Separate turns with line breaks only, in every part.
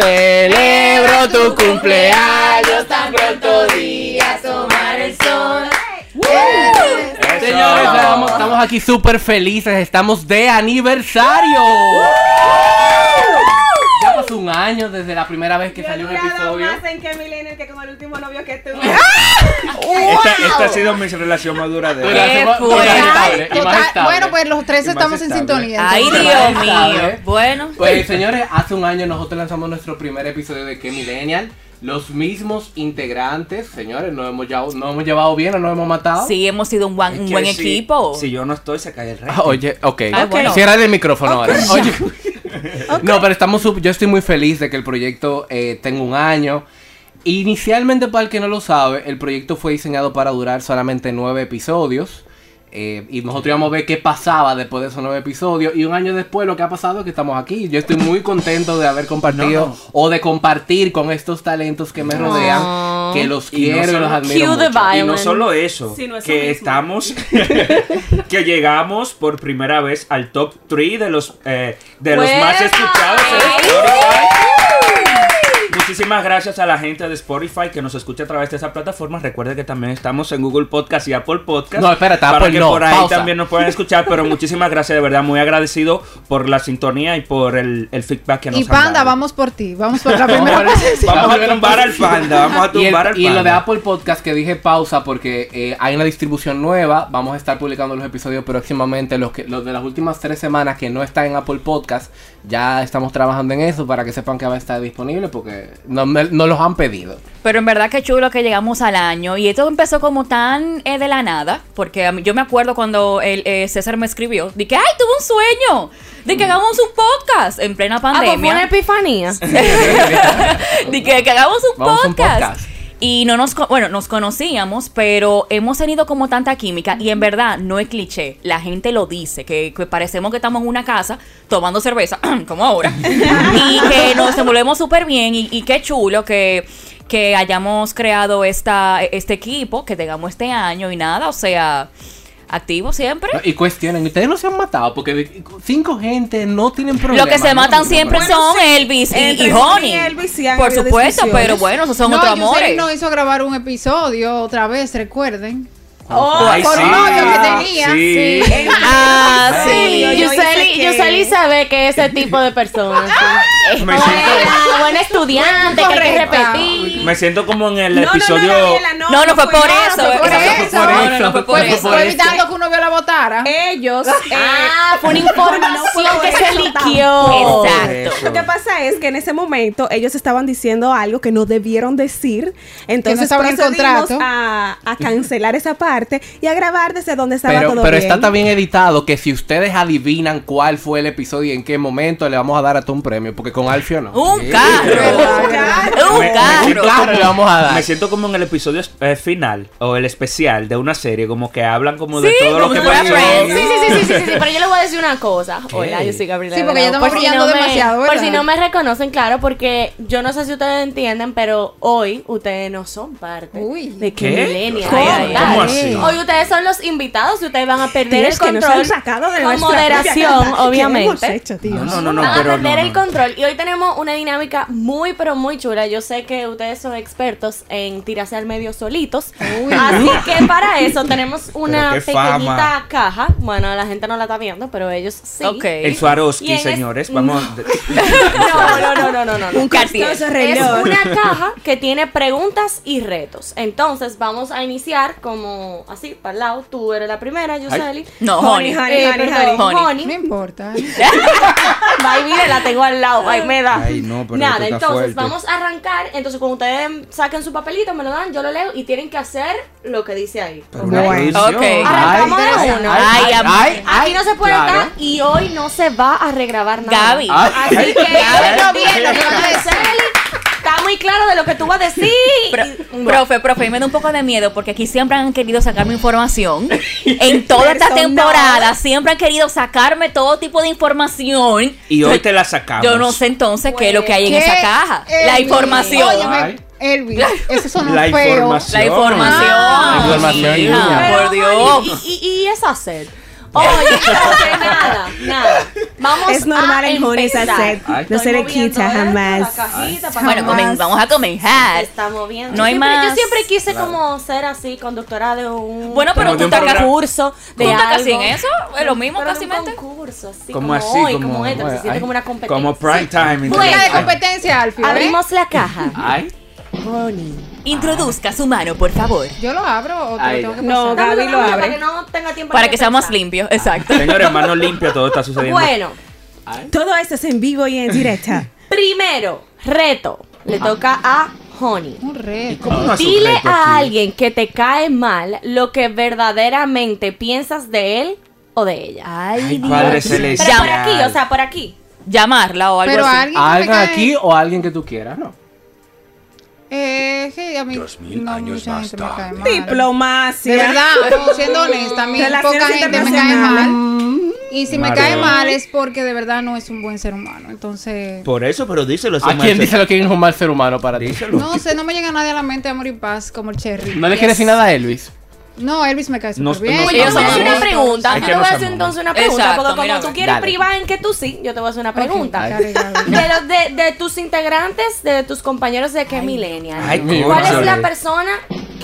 Celebro tu cumpleaños tan pronto día tomar el sol.
Eso.
Señores, estamos, estamos aquí súper felices, estamos de aniversario. Ya pasó un año desde la primera vez que
Yo he
salió un
durado
episodio.
más en que Millennial que con el último novio que tuve.
Esta, esta ha sido mi relación más duradera.
Relación más-
fuerte.
más
Ay,
estable, y más
Total,
estable.
bueno, pues los tres
Y más
estamos en
estable.
sintonía.
pues,
Ay,
entonces.
Dios
Sabe.
mío. Bueno,
Pues señores, hace un año nosotros lanzamos nuestro primer episodio de Que Millennial. Los mismos integrantes, señores, nos hemos, llevado, nos hemos llevado bien, no nos hemos matado.
sí, hemos sido un, buen-
Es
un
que
buen
si-
equipo.
Si yo no estoy, se cae el rey.
Ah, Oye, ok.
Ah, bueno.
Cierra el micrófono ahora. Oye. No, pero estamos sup- yo estoy muy feliz de que el proyecto eh, tenga un año. Inicialmente, para el que no lo sabe, el proyecto fue diseñado para durar solamente nueve episodios. eh, y nosotros íbamos a ver qué pasaba después de esos nueve episodios. Y un año después lo que ha pasado es que estamos aquí. Yo estoy muy contento de haber compartido
No, no.
o de compartir con estos talentos que me rodean. Que los
Y no
quiero y
solo-
los admiro.
Cue
mucho.
the
Y no
Island.
solo eso,
Sí, no, eso
que
mismo.
estamos, que llegamos por primera vez al top 3 de los eh, de los
¡Fuera!
más escuchados en Spotify. Muchísimas gracias a la gente de Spotify que nos escucha a través de esa plataforma. Recuerden que también estamos en Google Podcast y Apple Podcast.
No, espérate,
para
Apple
que
no,
por ahí
pausa.
también nos pueden escuchar. Pero muchísimas gracias, de verdad, muy agradecido por la sintonía y por el, el feedback que nos
Y
han dado.
Panda, vamos por ti. Vamos por la primera
Vamos,
posición.
Vamos a
Vamos a
tumbar al panda, vamos a
Y, el-
tumbar al panda.
y lo de Apple Podcast que dije pausa porque eh, hay una distribución nueva. Vamos a estar publicando los episodios próximamente. Los, que, los de las últimas tres semanas que no están en Apple Podcast, ya estamos trabajando en eso para que sepan que va a estar disponible porque no, me- no los han pedido.
Pero en verdad que chulo que llegamos al año y esto empezó como tan eh, de la nada, porque a mí- yo me acuerdo cuando el, eh, César me escribió, de que, ay, tuve un sueño, de que hagamos un podcast en plena
Mm. Ah, pues fue una
pandemia.
epifanía.
de que, que hagamos un
Vamos a un
podcast.
podcast.
Y no nos, co- bueno, nos conocíamos, pero hemos tenido como tanta química y en verdad no es cliché, la gente lo dice, que, que parecemos que estamos en una casa tomando cerveza, como ahora, y que nos desenvolvemos súper bien y, y qué chulo que, que hayamos creado esta, este equipo, que tengamos este año y nada, o sea, activo siempre.
No, Y cuestionen, ustedes no se han matado porque de- cinco gente no tienen problema.
Lo que se
no
matan
tienen
siempre
problema.
son Elvis y,
Entre
y
Sony
Honey.
y Elvis sí han
Por
habido
supuesto,
discusiones.
pero bueno, esos son
No,
otros
Yuseli
amores.
no hizo grabar un episodio otra vez, recuerden.
Oh,
Oh,
Oh,
Ay,
por
sí.
un novio que tenía,
Sí.
Ah,
sí.
sí.
yo
Yuseli
hice que-
Yuseli sabe que es ese tipo de persona. sí.
Me
Buena,
siento-
buena estudiante, que hay que
Correcta.
repetir.
Me siento como en el
No, no, no,
episodio.
Gabriela, no,
No, no fue por
no,
eso.
no
eh.
fue por
Exacto,
eso.
fue por
No, no,
eso.
no fue por
Fue,
eso.
fue evitando que un novio la votara.
Ellos. eh,
Ah, fue una
No, no
información
fue
que se
eso,
liquió.
Exacto.
Eso.
Lo que pasa es que en ese momento ellos estaban diciendo algo que no debieron decir,
no
entonces
estaba en el
procedimos
contrato.
A, a cancelar esa parte y a grabar desde donde estaba
Pero,
todo
pero
bien.
está tan bien editado que si ustedes adivinan cuál fue el episodio y en qué momento le vamos a dar hasta un premio, porque con Alfio no.
Un
Pero-
carro.
Me-
Un
me
carro.
siento
Claro, le vamos a dar.
Me siento como en el episodio eh, final o el especial de una serie, como que hablan como de todo lo
como
que
si fuera
pasó.
Sí,
Friends.
sí, sí, sí, sí, sí, sí, pero yo le voy a decir una cosa. Hola, yo soy Gabriela.
Sí, porque ya
Bravo.
estamos
Por
brillando
me-
demasiado,
Por
¿verdad?
si no me reconocen, claro, porque yo no sé si ustedes entienden, pero hoy ustedes no son parte
Uy.
de
¿Qué?
que Millennial.
¿Cómo?
Ay, ay, ay.
¿Cómo así?
Hoy ustedes son los invitados y ustedes van a perder
Tienes
el
que
control.
nos han sacado de
con
nuestra propia
moderación,
casa. ¿Qué hemos
obviamente.
hecho, tío?
No, no, no, no,
Van a
pero no,
perder el
no.
control. Y hoy tenemos una dinámica muy, pero muy chula. Yo sé que ustedes son expertos en tirarse al medio solitos.
Uy.
Así que para eso tenemos una
qué
pequeñita
fama.
caja. Bueno, la gente no la está viendo, pero ellos sí.
Ok.
El Swarovski,
Y en este- es-
señores. Vamos.
No, no, no, no, no, no. no.
Un
Cartier.
costoso
Es
reloj.
una caja que tiene preguntas y retos. Entonces vamos a iniciar como así, para el lado. Tú eres la primera, Yoseli.
No, honey.
Honey,
Eh, perdón,
honey.
honey.
No importa.
Va y mire, la tengo al lado. Ay, me da.
Ay, no, pero esto
Nada,
está
entonces
fuerte.
vamos a arrancar. Entonces, cuando ustedes saquen su papelito, me lo dan, yo lo leo y tienen que hacer lo que dice ahí.
Pero una
Bueno.
producción.
Ok.
Arrancamos de una.
Ay, am-
Aquí no se puede
claro.
estar y hoy no se va a regrabar nada.
Gaby.
Ah,
Ay,
Así que,
Gaby.
no viene, no viene, Yoseli. Está muy claro de lo que tú vas a decir.
Pro-
Y-
profe, profe, me da un poco de miedo porque aquí siempre han querido sacarme información. En toda esta
Personal.
temporada siempre han querido sacarme todo tipo de información.
Y hoy te la sacamos.
Yo no sé entonces qué es lo que hay en
Pues, ¿Qué? Eh,
esa caja. La
Elvis.
información.
Óyeme, Elvis, eso sonó
La
feo.
información.
La información.
La información,
Hija,
niña.
Por
Pero,
Dios.
Mari, Y, y, y esa sed. Oye, entonces, nada, nada. Vamos
Es normal
a
en Jones
empezar.
hacer-
Ay.
no se
Estoy
le quita
moviendo
jamás.
esto, la cajita, para
Bueno,
que
comen- vamos a
se
comenzar.
está moviendo.
No hay
Siempre-
más.
Yo siempre quise como ser así, conductora de un
Bueno, pero
Como de
tú
un
estás
programa.
concurso de
¿Tú estás
algo.
casi en eso? Es lo mismo,
Pero
casi
de un
mente.
concurso, así
Como
como,
así,
hoy,
como-
como esto, que
bueno,
se siente
ay,
como una competencia.
Como prime Ah, time.
Bueno.
La de
Ay.
competencia, Alfio. ¿eh?
Abrimos la caja.
Ay.
Introduzca su mano, por favor.
Yo lo abro o te
Ay,
lo tengo que
no.
pasar.
Gaby lo
Para
abre.
que no tenga tiempo
Para
ni
que
de
seamos
pensar.
limpios, exacto.
Señores, mano limpia, todo está sucediendo.
Bueno,
Todo esto es en vivo y en directa.
primero, reto. Le toca a Honey.
Un reto.
¿Cómo no hace un
Dile
reto
a
aquí?
alguien que te cae mal lo que verdaderamente piensas de él o de ella.
Ay,
Ay,
Padre
Pero
Celestial.
por aquí, o sea, por aquí.
Llamarla o algo
Pero
así.
alguien que me
Alguien
cae-
aquí o alguien que tú quieras, ¿no?
Eh, que a mí
Dos mil
no
años
mucha
más
gente me
tarde.
cae mal.
Diplomacia.
De verdad, no, siendo honesta, a mí
Relaciones
poca gente me cae
internacionales.
mal. Y si me
Claro.
cae mal es porque de verdad no es un buen ser humano. Entonces,
Por eso, pero díselo.
¿A quién dice lo que es un mal ser humano para ti?
Díselo.
no sé, no me llega nadie a la mente amor y paz como el Cherry.
¿No le quieres decir nada a Elvis?
No, Elvis me cae súper
Nos-
bien.
nos-
Pues yo te voy a hacer una
amamos.
pregunta.
Es
Yo
que
te
nos
voy a hacer
amamos.
entonces una pregunta.
Exacto,
porque como
mira,
tú quieres
dale.
privar en que tú sí, yo te voy a hacer una
Ok,
pregunta.
dale, Gaby.
De, los- de, de tus integrantes, de tus compañeros de que millennial,
Ay,
¿cuál
cónchale.
es la persona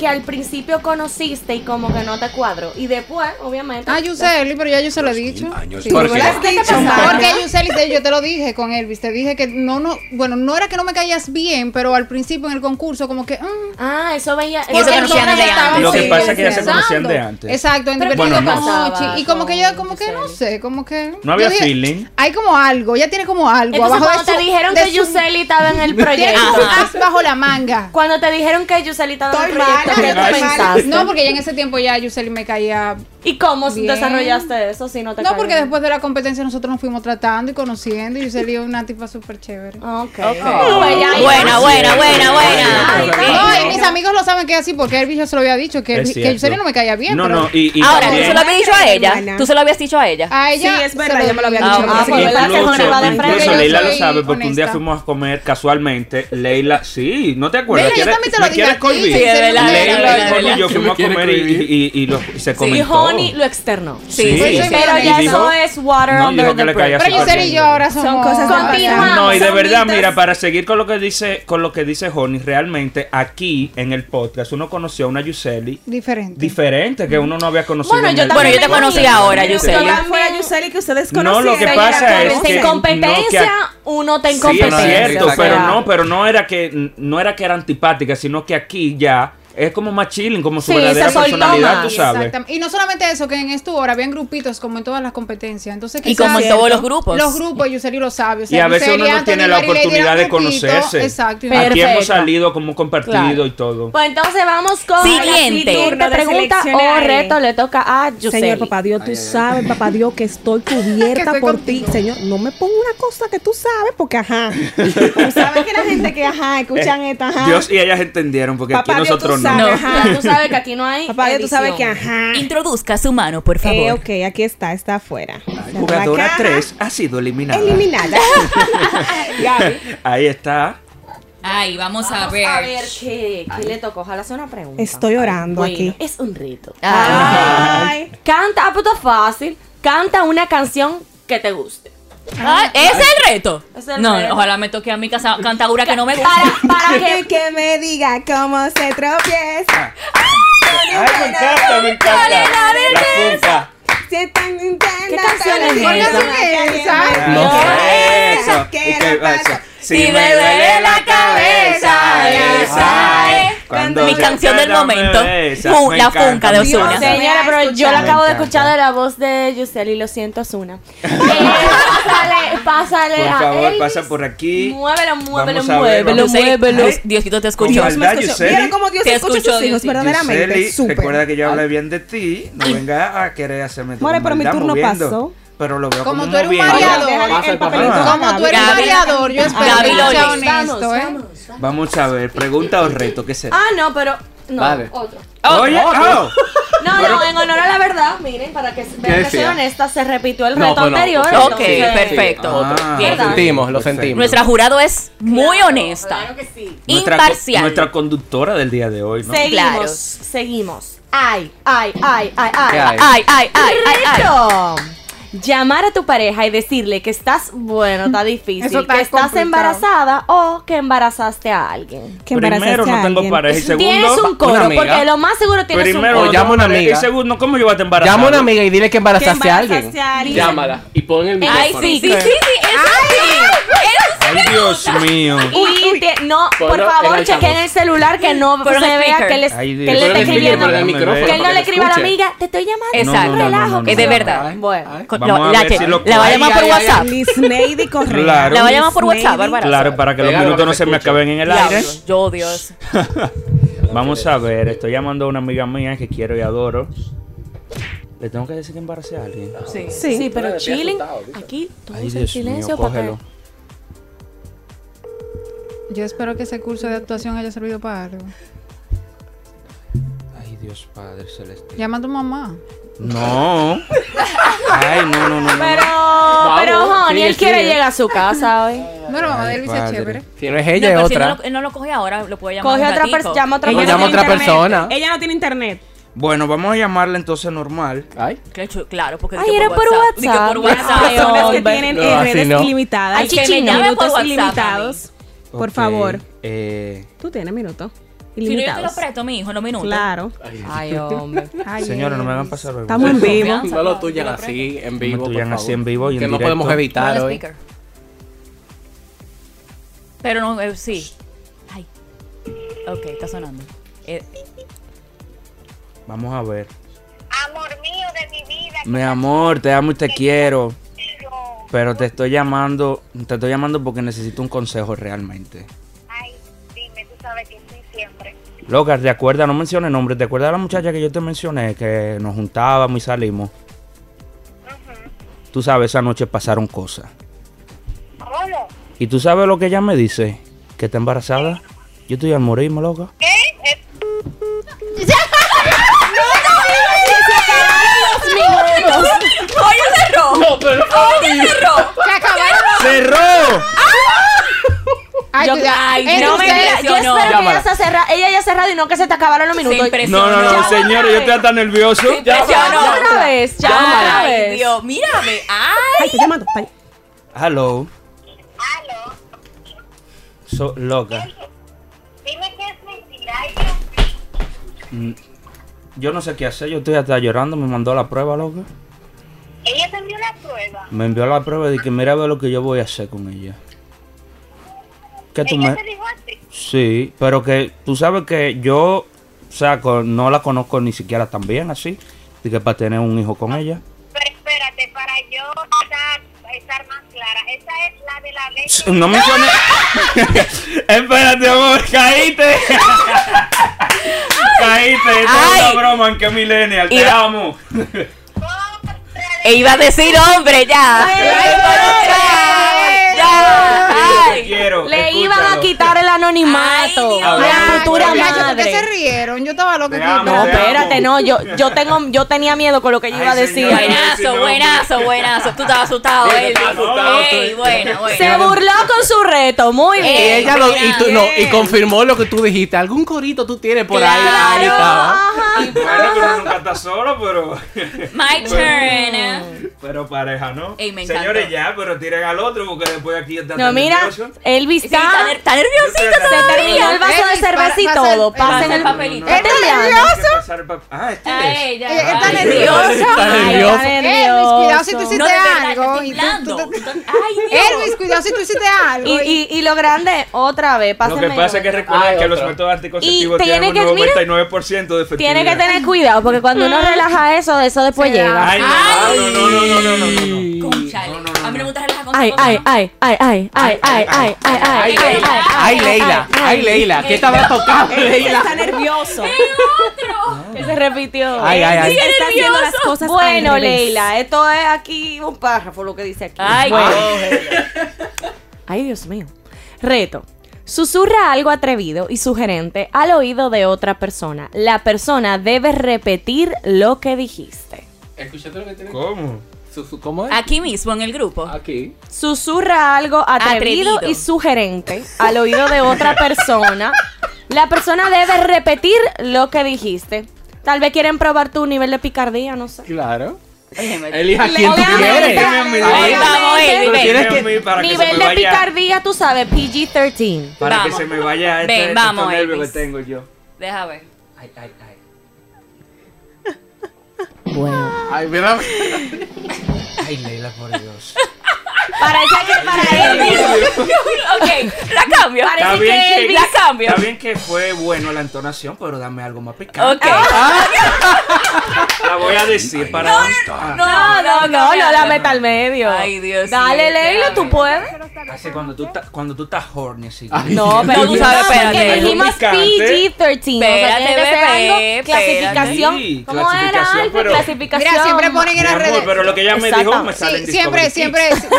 que al principio conociste y como que no te cuadro? Y después, obviamente.
Ah, Yuseli, pero ya yo se lo he dicho.
años
Sí,
¿Por
yo
qué?
lo he
¿Qué te
dicho.
pasaba?
Porque Yuseli, te- yo te lo dije con Elvis, te dije que no, no, bueno, no era que no me caías bien, pero al principio en el concurso como que... mm,
Ah, eso
Y
veía.
eso
porque
conocían
entonces
desde
estaban
antes.
Lo que
Ah, sí,
pasa es que ya se conocían
conocían.
de
conversando.
antes.
Exacto, en
Pero ¿qué
divertido
te
pasaba
Mochi, Y como que yo,
con
como que no
Yuseli?
sé, como que...
No había
yo dije,
feeling.
Hay como algo, ella tiene como algo.
Entonces,
abajo de
cuando te
su-
dijeron
de
que
su-
Yuseli estaba en el
Tiene
proyecto.
como un as bajo la manga.
Cuando te dijeron que Yuseli estaba en el proyecto, ¿qué
estoy
tú pensaste?
No, porque ya en ese tiempo ya Yuseli me caía
¿Y cómo
Bien.
desarrollaste eso si no te
No,
caía?
porque después de la competencia nosotros nos fuimos tratando y conociendo y yo salí una tipa súper chévere.
Ah,
Ok. Pues
Buena, buena, buena, buena.
Ay,
Bien.
No, y mis amigos lo saben que es así porque Elvis yo se lo había dicho, que,
Es
Elvis, que
cierto.
Yuseli no me caía bien.
No,
pero
no, y, y
Ahora, tú
también-
se lo habías dicho a ella.
Buena.
Tú se lo habías dicho a ella.
A ella
Sí, es
se
verdad,
lo-
yo me lo había
dicho.
Ah,
Ah,
sí,
pues,
yo
¿verdad?
soy
Incluso-
Incluso,
va de frente,
incluso
yo
Leila lo
soy
sabe porque un día
honesta.
fuimos a comer casualmente. Leila, sí, ¿no te acuerdas?
Mira, yo
¿Quieres-
también te lo
me
dije
quieres
a ti,
cohibir?
Sí, es verdad,
Leila
es verdad, es
y Jorge y
verdad.
yo fuimos a
¿Quiere
comer y,
cohibir?
y, y- y lo- y se
Y
comentó.
Honey lo externó.
Sí,
Sí.
sí,
Sí,
sí.
Pero
Y
ya
dijo-
eso es water
No, y dijo que
under the
le caía
bridge.
Pero
súper
Yuseli y
bien.
yo ahora somos...
Son cosas del
Continúa.
pasado.
No, y de
son
verdad,
mitos.
mira, para seguir con lo que dice, con lo que dice Honey, realmente aquí en el podcast uno conoció a una Yuseli
Diferente.
diferente que uno no había conocido.
Bueno,
en
yo
el-
también
Bueno, yo te conocí
Yo
ahora,
también-
Yuseli.
Yo
Fue a Yuseli que ustedes
No,
conocían.
lo que
Ella
pasa es
conoce.
que-
En competencia, uno está en
Sí, es
competencia.
cierto,
o sea.
pero no, pero no era que no era que era antipática, sino que aquí ya es como más chilling, como su
Sí,
verdadera
se soltó
personalidad,
más.
tú sabes.
Exactam- Y no solamente eso, que en esto ahora habían grupitos como en todas las competencias. Entonces,
Y
quizás
como en todos los grupos.
Los grupos, Yuseli lo sabe. o sea,
Y a veces
Yuseli,
uno no
Anthony,
tiene la
Marilady eran
oportunidad de
grupitos,
conocerse.
Exacto. y uno-
Aquí hemos
Perfecto.
salido como compartido
Claro.
y todo.
Pues entonces vamos con
Siguiente.
Turno
la siguiente
de
pregunta o
seleccionar.
reto. Le toca a Yuseli.
Señor papá Dios, tú sabes, papá Dios, que estoy
Que
cubierta
estoy
por ti.
contigo.
Señor, no me ponga una cosa que tú sabes, porque ajá. Tú sabes que la gente que ajá, escuchan esta ajá.
Eh, Dios y ellas entendieron, porque
Papá
aquí
Dios,
nosotros no.
tú sabes,
No.
ajá.
Tú sabes que aquí no hay
Papá Dios, tú sabes que
edición.
ajá.
Introduzca su mano, por
Eh,
favor.
ok, aquí está, está afuera. Cerra
Jugadora
caja,
3 ha sido eliminada.
Eliminada. Gaby.
Ahí está.
Ay, vamos a
A ver, ¿qué, qué le tocó? Ojalá sea una pregunta.
Estoy orando
Bueno,
aquí.
es un reto.
Ay.
Canta, ah, pues está fácil. Canta una canción que te guste.
Ah, ¿Ese es el reto?
Es el
No,
reto.
ojalá me toque a mí casa- cantadura que no me gusta.
Para, para que.
que me diga cómo se tropieza.
Ay, me encanta, me encanta. La punta.
Si están intentando.
¿Qué canción es
hacer
esa?
¿Qué canción
una que alguien me
No,
quiera.
eso.
¿Qué
¿Y qué
le pasa?
pasa?
Si me duele la cabeza, esa es
Cuando
mi
yo
canción del
te la
momento.
besa,
Fu-
me
la
encanta,
funca de
me
Ozuna.
encanta.
Señora,
Me
pero yo la
encanta.
acabo de escuchar de la voz de Yuseli y lo siento, Zuna. Eh, pásale, pásale
Por
a
favor,
Elvis.
pasa por aquí.
Muévelo, muévelo,
Vamos a ver,
muévelo,
vamos.
Yusei,
muévelo.
Dios- Diosito te escuchó.
Dios me-
Me escuchó.
Yuseli,
Vieron cómo Dios
te
escucha a
escucho,
sus hijos,
Diosito.
verdaderamente.
Yuseli, recuerda
Súper.
que yo hablé bien de ti. No venga a querer hacerme tu
More, pero mi turno pasó.
Pero lo veo
Como
como,
tú eres un
moviendo.
mareado.
Déjale el papelito.
Ajá.
Como tú eres
Gaby-
variador, yo espero
Gaby
que tú seas
López.
honesto, ¿eh?
Vamos a ver, pregunta o reto, ¿qué será?
Ah, no, pero. No,
Vale.
otro.
Oh,
Oye,
otro.
oh.
No,
Pero-
no, en honor a la verdad, miren, para que vean que soy
decía?
honesta, se repitió el
No,
reto
pero no,
anterior.
sí,
Ok,
entonces- eh,
perfecto.
Ah,
Bien.
Lo sentimos, lo sentimos.
Nuestra jurado es muy
Claro,
honesta.
Claro que sí.
Nuestra,
imparcial.
nuestra conductora del día de hoy, ¿no?
Seguimos,
Claro.
seguimos. Ay, ay, ay, ay,
¿Qué
ay.
hay?
Ay, ay, ay, ay, ay.
Reto. Llamar a tu pareja y decirle que estás, bueno, está difícil,
Eso está
que estás
complicado.
embarazada o que embarazaste a alguien.
Que
Primero
embarazaste a
no tengo
alguien.
pareja y
tienes
segundo.
un coro,
amiga.
porque lo más seguro tienes
O
Primero no
un coro.
llama
tengo
una
pareja
amiga.
Y segundo, ¿cómo yo voy a te embarazar?
Llama a una amiga y dile que embarazaste a alguien.
Embarazaste a alguien.
Llámala y pon el
Ay,
micrófono.
sí, sí, sí, sí,
Ay,
eso sí.
Dios mío.
Y te- no, por
Ponlo en
favor,
altavoz.
chequen el celular que no
Ponlo en
se vea
speaker.
que, les,
Ay,
que
Dios.
le
Ponlo
está
en speaker,
escribiendo.
ponlo en micrófono.
Que él no
para
le
que
escriba a la
escuche.
amiga, te estoy llamando.
Exacto,
No, no, no, no, no, no,
es de
no.
verdad.
Bueno,
Con-
Vamos
no,
a
la
ver
che-
si lo
la va a
coge.
llamar
Ay,
por
ay, ay,
WhatsApp.
Liz Lady Correa.
Claro.
La va a llamar por
Liz Lady.
WhatsApp, Bárbara.
Claro, para que los
Pégalo,
minutos
que
no
se
se me
escuche.
acaben en el aire.
Diablos, Yo, Dios.
Vamos a ver, estoy llamando a una amiga mía que quiero y adoro. Le tengo que decir que embaracé a alguien.
Sí.
Sí.
sí, pero
estoy
chilling.
asustado, dice.
Aquí, todos
Ay,
en
Dios mío,
silencio para que-
cógelo.
Yo espero que ese curso de actuación haya servido para algo.
Ay, Dios Padre Celestial.
Llama a tu mamá.
No. Ay, no, no, no. no.
Pero, pero, Honey,
sigue,
él quiere
sigue.
llegar a su casa hoy.
No, la mamá
Ay,
de Elvis es
padre.
chévere.
Si no es ella, es
no, pero si
otra.
no lo, él no lo coge ahora, lo puede llamar.
Coge
un
a otra
ratico.
persona, llama a otra
Ella
persona.
llama a otra
tiene internet.
persona.
Ella no tiene internet.
Bueno, vamos a llamarla entonces normal.
Ay,
Qué chu- Claro, porque.
Ay,
dije
era por
Dije
Las
por
WhatsApp. Ay,
WhatsApp.
personas que
hombre.
tienen
No,
eh,
así
redes
no.
ilimitadas.
Ay, que me llame
minutos
por WhatsApp
ilimitados. Por
Ok,
favor.
Eh,
Tú tienes minutos
Si no, yo te lo
ilimitados.
presto, mi hijo, no minutos.
claro.
Ay, hombre.
Ay,
señora, no me hagan
Elvis.
pasar
Estamos en vivo.
No lo tuyan así en vivo. por
tuyan así
favor.
en vivo y en
Que no
directo.
podemos evitar
Ponle
eh.
hoy.
speaker. Pero no, eh, sí. Ay. Ok, está sonando. Eh,
Vamos a ver.
Amor mío de mi vida,
Mi amor, te amo y te quiero. Pero te estoy llamando, te estoy llamando porque necesito un consejo realmente.
ay, dime, tú sabes que sí siempre.
Loca, ¿te acuerdas? No menciones nombres. ¿Te acuerdas de la muchacha que yo te mencioné? Que nos juntábamos y salimos. Tú sabes, esa noche pasaron cosas.
¿Cómo?
¿Y tú sabes lo que ella me dice? ¿Que está embarazada? Yo estoy al morirme, loca.
¿Qué? Eh,
¡Oye, cerró!
No, pero
¡Oye, cerró!
Se acabaron.
¡Cerró!
Ay,
Yo-
tú-
ay,
entre
no me
ustedes-
digas.
Yo espero que ella,
Llámala.
se ha cerra- ella haya cerrado y no que se te acabaron los minutos.
Se
No, no, no,
Llámala.
señor, yo estoy tan nervioso.
Se impresionó.
Llama otra vez, llama otra
Ay,
vez.
Dios, mírame. Ay.
Ay, te llamando. Ay,
Hello.
aló,
So, loca.
dime que es mentira. Ay, Dios mío.
Yo no sé qué hacer, yo estoy hasta llorando, me mandó la prueba, loca.
Ella te envió la prueba.
Me envió la prueba de que mira ve lo que yo voy a hacer con ella. ¿Qué tú
Ella
me...?
te dijo así.
Sí, pero que tú sabes que yo, o sea, con- no la conozco ni siquiera tan bien así. De que para tener un hijo con ella.
Pero espérate, para yo estar, estar más clara, esa es la de la ley.
Ch, No me suene... Espérate, amor, caíste. caíste, esta es
Ay.
una broma en que millennial, te
Iba-
amo.
E iba a decir hombre ya. Ay, por otra. Ya.
Te
Ay.
quiero.
Le iban a
escúchalo.
llama el anonimato.
Ay, Dios.
la
Ay,
futura
ay,
madre.
¿Por qué se rieron? Yo estaba loca.
Te
aquí.
amo,
No,
te amo.
espérate, no, yo, yo tengo, yo tenía miedo con lo que yo
Ay,
iba a decir.
señora. Ay,
Buenazo, buenazo, buenazo. Tú estabas asustado,
Sí, yo
Elvis.
estaba asustado,
Ey,
estoy-
buena, buena.
Se burló con su reto, muy
Y
bien.
Ey,
ella lo, y, tú-
mira,
no, y confirmó lo que tú dijiste. Algún corito tú tienes por ahí.
Claro.
ahí estaba.
Bueno, pero nunca estás solo, pero.
My turn. eh.
Pero pareja, ¿no?
Ey, me encantó.
Señores, ya, pero tiren al otro porque después aquí está.
No, mira, Elvis
Sí, está,
está,
ner- está nerviosito
Se
se terminó
todavía.
el vaso de
Elvis,
cerveza y
pasa- pasa el-
todo.
pasa
Pasen
el
el
papelito.
¿Está nervioso?
Ah, este es.
Ay, ya.
Ella está
Ay,
nerviosa.
Dios.
Está nervioso.
Ay,
Elvis, cuidado si tú
nervioso.
hiciste
No, de verdad,
algo.
te
y
estoy
tú- tú-
temblando.
tú-
Ay, Dios.
Elvis, cuidado si tú hiciste algo.
Y, y, y lo grande, otra vez,
Lo
pásenme
que pasa es que recuerden
Ay,
que
otra.
los métodos anticonceptivos
Y tiene
tienen un
que- mira,
99% de efectividad.
Tiene que tener cuidado porque cuando uno relaja eso, de eso después
Se da.
llega.
Ay, Ah, no, no, no, no, no, no, no, no, no.
Cónchale. A mí no me gusta relajar con
Ay,
esas
ay,
cosas.
ay, ay, ay, ay, ay, ay, ay, ay, ay, ay.
Ay, Leila. Ay, Leila. ¿Qué te habrá tocado,
Eh.
Leila?
Está nervioso.
Que se repitió.
Ay, ay, ay.
Está haciendo las cosas al
Bueno,
revés.
Leila, esto es aquí un párrafo lo que dice aquí.
Ay,
Bueno.
Dios.
Ay, Dios mío. Reto. Susurra algo atrevido y sugerente al oído de otra persona. La persona debe repetir lo que dijiste.
Escúchate lo que tiene.
¿Cómo?
Su- su- ¿Cómo es?
Aquí mismo, en el grupo.
Aquí.
Susurra algo atrevido,
Atrevido.
y sugerente al oído de otra persona. La persona debe repetir lo que dijiste. Tal vez quieren probar tu nivel de picardía, no sé.
Claro.
Déjeme-
Elija quién tú
Obviamente,
quieres.
Ahí
obviamente.
vamos, Elvi,
Pero
ven.
tienes que-
Déjame para que se
Nivel
me
de
vaya-
picardía, tú sabes, PG-13.
Para
Vamos.
que se me vaya este,
Ven,
estos
vamos,
nervios
Elvis.
que tengo yo.
Deja ver.
Ay, ay, ay.
Bueno.
Ay, ¿verdad?
Ay, Leila, por Dios.
Parece que para Elvis.
ok, la cambio.
Parece que Elvis.
La cambio.
Está bien que fue bueno la entonación, pero dame algo más picante.
Ok.
La voy a decir para Ah.
No, no,
No, no, no la
cambiando.
meta al medio.
Ay, Dios
Dale,
mío,
Leila,
déjame.
tú puedes.
Así cuando tú, ta- cuando tú estás horny, así.
Ay.
No, pero
No, tú sabes,
porque
espérate.
Dijimos
Picante.
PG-13. O sea, tiene que
Espérate,
ser algo.
bebé,
Clasificación.
Sí,
¿Cómo era?
clasificación,
Alfa,
pero-
clasificación.
Mira, siempre ponen
Mi
en las
amor,
redes.
pero lo que ella me dijo me sale en
Sí, siempre,
Discovery
siempre.
Kids.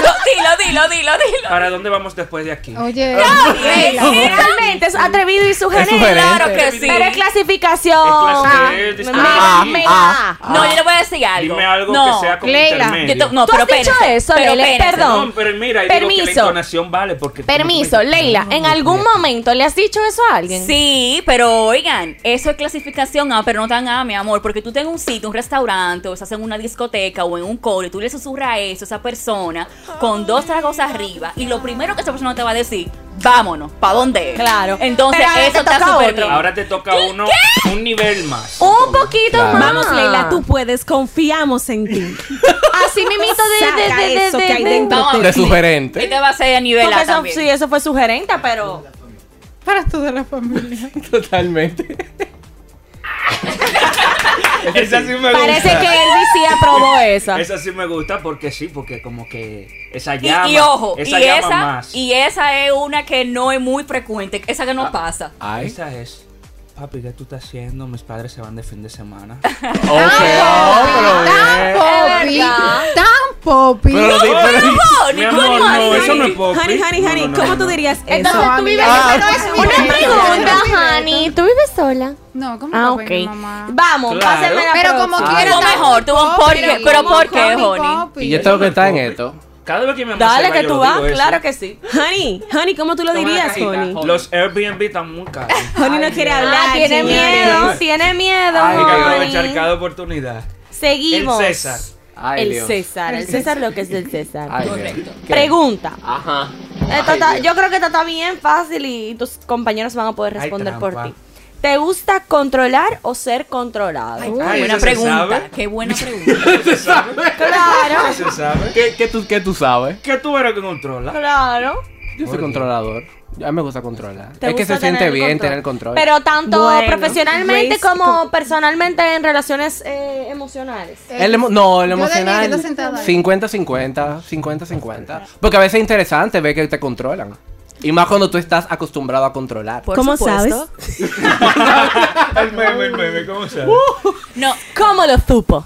No, dilo, dilo, dilo, dilo.
¿Para dónde vamos después de aquí?
Oye,
Realmente es atrevido y sugerente.
sugerente.
Claro que sí.
Pero es
Es
clasificación.
clase- es
Me-
clase-
me-
ah,
me-
No, yo le voy a decir algo.
Dime algo
no.
que sea como
Leila,
Yo
intermedio.
to- no,
Tú
pero
has dicho
espérense,
eso,
pero
Lele,
espérense.
perdón.
No, pero mira, y digo que la
Permiso.
entonación vale porque...
Permiso, Leila, ¿en algún momento le has dicho eso a alguien?
Sí, pero oigan, eso es clasificación A, pero no tan A, mi amor, porque tú tengas un sitio, un restaurante, o estás en una discoteca o en un coro y tú le susurras eso a esa persona con dos tragos arriba y lo primero que esa persona te va a decir, vámonos, ¿para dónde? es?".
Claro.
Entonces,
Pero ahora
eso
te
está
toca
súper
otro.
bien.
Ahora te toca uno un nivel más.
Un poquito
Claro.
más.
Vamos, Leila, tú puedes, confiamos en ti.
Así mimito de, de,
Saca
de, de,
eso que
de-
hay
de-
dentro.
Vamos a
De
ver.
sugerente.
Este va a ser a nivel
Porque
A
eso-
también.
sí, eso fue sugerente, pero.
para toda la familia.
Totalmente.
Esa sí me
Parece que Elvis sí aprobó esa.
Esa sí me gusta porque sí, porque como que esa
Y,
llama.
y ojo,
esa
y,
llama
esa,
más. Ah.
y esa es una que no es muy frecuente, esa que no pasa.
Ay.
Esa es. Papi, ¿qué tú estás haciendo? Mis padres se van de fin de semana.
Ok. No, oh, pero bien.
Tan popi, tan popi.
Pero lo di- pero-
No,
Mi
ni
amor,
cómo
no,
así.
eso no es popi.
Honey, honey,
No,
honey,
no, no,
¿cómo
no,
tú
no.
dirías eso?
Entonces tú vives.
Ah,
Una pregunta, Hani. ¿Tú vives sola?
No, ¿cómo
Ah,
ah,
ok.
mamá?
Vamos,
Claro.
pásenme la
Pero como
próxima.
quiera.
Tuvo
tan
mejor, tuvo un
popi,
porqué, pero
como
¿por qué,
comi,
honey?
popi.
Y yo tengo que estar en esto.
Cada vez que mi mamá se
Dale,
va,
que
yo
tú
lo
vas,
digo eso.
claro que sí.
Honey, honey, ¿cómo tú lo dirías, honey?
Los Airbnb están muy caros.
Honey no quiere hablar.
Ah, tiene
señores.
miedo, tiene miedo.
Hay que aprovechar
Honey.
cada oportunidad.
Seguimos.
El César.
Ay,
El
Dios.
César, el César lo que es del César.
Ay, Dios.
Correcto.
¿Qué?
Pregunta.
Ajá. Ay,
Esta está-
Dios.
yo creo que esta está bien fácil y tus compañeros van a poder
Ay,
responder por
trampa.
ti. ¿Te gusta controlar o ser controlado?
Ay,
Ay,
qué buena
eso se
pregunta,
sabe.
qué buena pregunta.
¿Se sabe?
claro,
¿Se sabe?
¿Qué, qué tú, ¿Qué tú sabes?
¿Qué tú eres que controla?
claro.
Yo soy
Oye.
controlador. A mí me gusta controlar.
¿Te
Es que
gusta
se siente
tener el
bien
control?
tener control.
Pero tanto
Bueno,
profesionalmente
Grace-
como personalmente en relaciones eh, emocionales.
El emo- no, el
Yo
emocional.
debería sentada ahí.
50-50, 50-50. Porque a veces es interesante ver que te controlan. Y más cuando tú estás acostumbrado a controlar.
Pues,
Por
¿Cómo
supuesto.
El meme, el meme, ¿cómo se
No,
¿Cómo lo supo?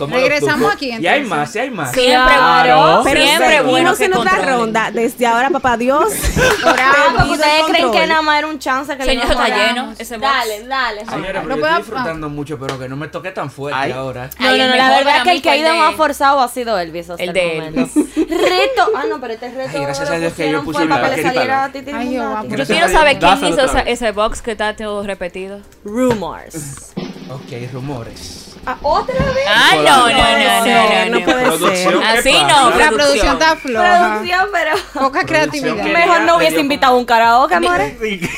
Regresamos aquí,
Y hay
entonces.
más, y hay más.
siempre
Claro.
bueno, siempre
seguimos
bueno que
en otra
controlen.
ronda. Desde ahora, papá Dios.
Ah, porque
Perdido el
ustedes creen que
control.
nada más era un chance que le
Señor,
íbamos a
está
dar.
lleno ese box.
Dale, dale.
Señora,
Lo
pero yo
puedo-
estoy disfrutando mucho, pero que no me toque tan fuerte
Ay.
ahora.
No,
Ay,
no,
el
no,
mejor
la
para
verdad que
mí
el que
fue
ha
el
ido
de-
más forzado ha sido Elvis hasta
El
el,
de
momento. Reto. Ah, no, pero este reto.
Ay, gracias
lo
a Dios que yo
pusieron
puse
fue
una
para que le
vaquerita.
saliera a ti, ti,
Ay, yo,
ti,
guapa.
ti.
Yo
Gracias
quiero
a Dios.
saber quién
Dáselo
hizo
otra
esa-
vez.
ese box que está todo repetido.
Rumors.
Ok, rumores.
Ah, ¿Otra vez?
Ah, no, no, no, no,
Puede ser,
no,
no puede
no.
Producción, ¿qué
Así
pasa?
no,
La producción está floja.
Producción, pero...
Poca creatividad.
que-
Mejor
le
no hubiese
dio-
invitado un karaoke, amores.
Le dio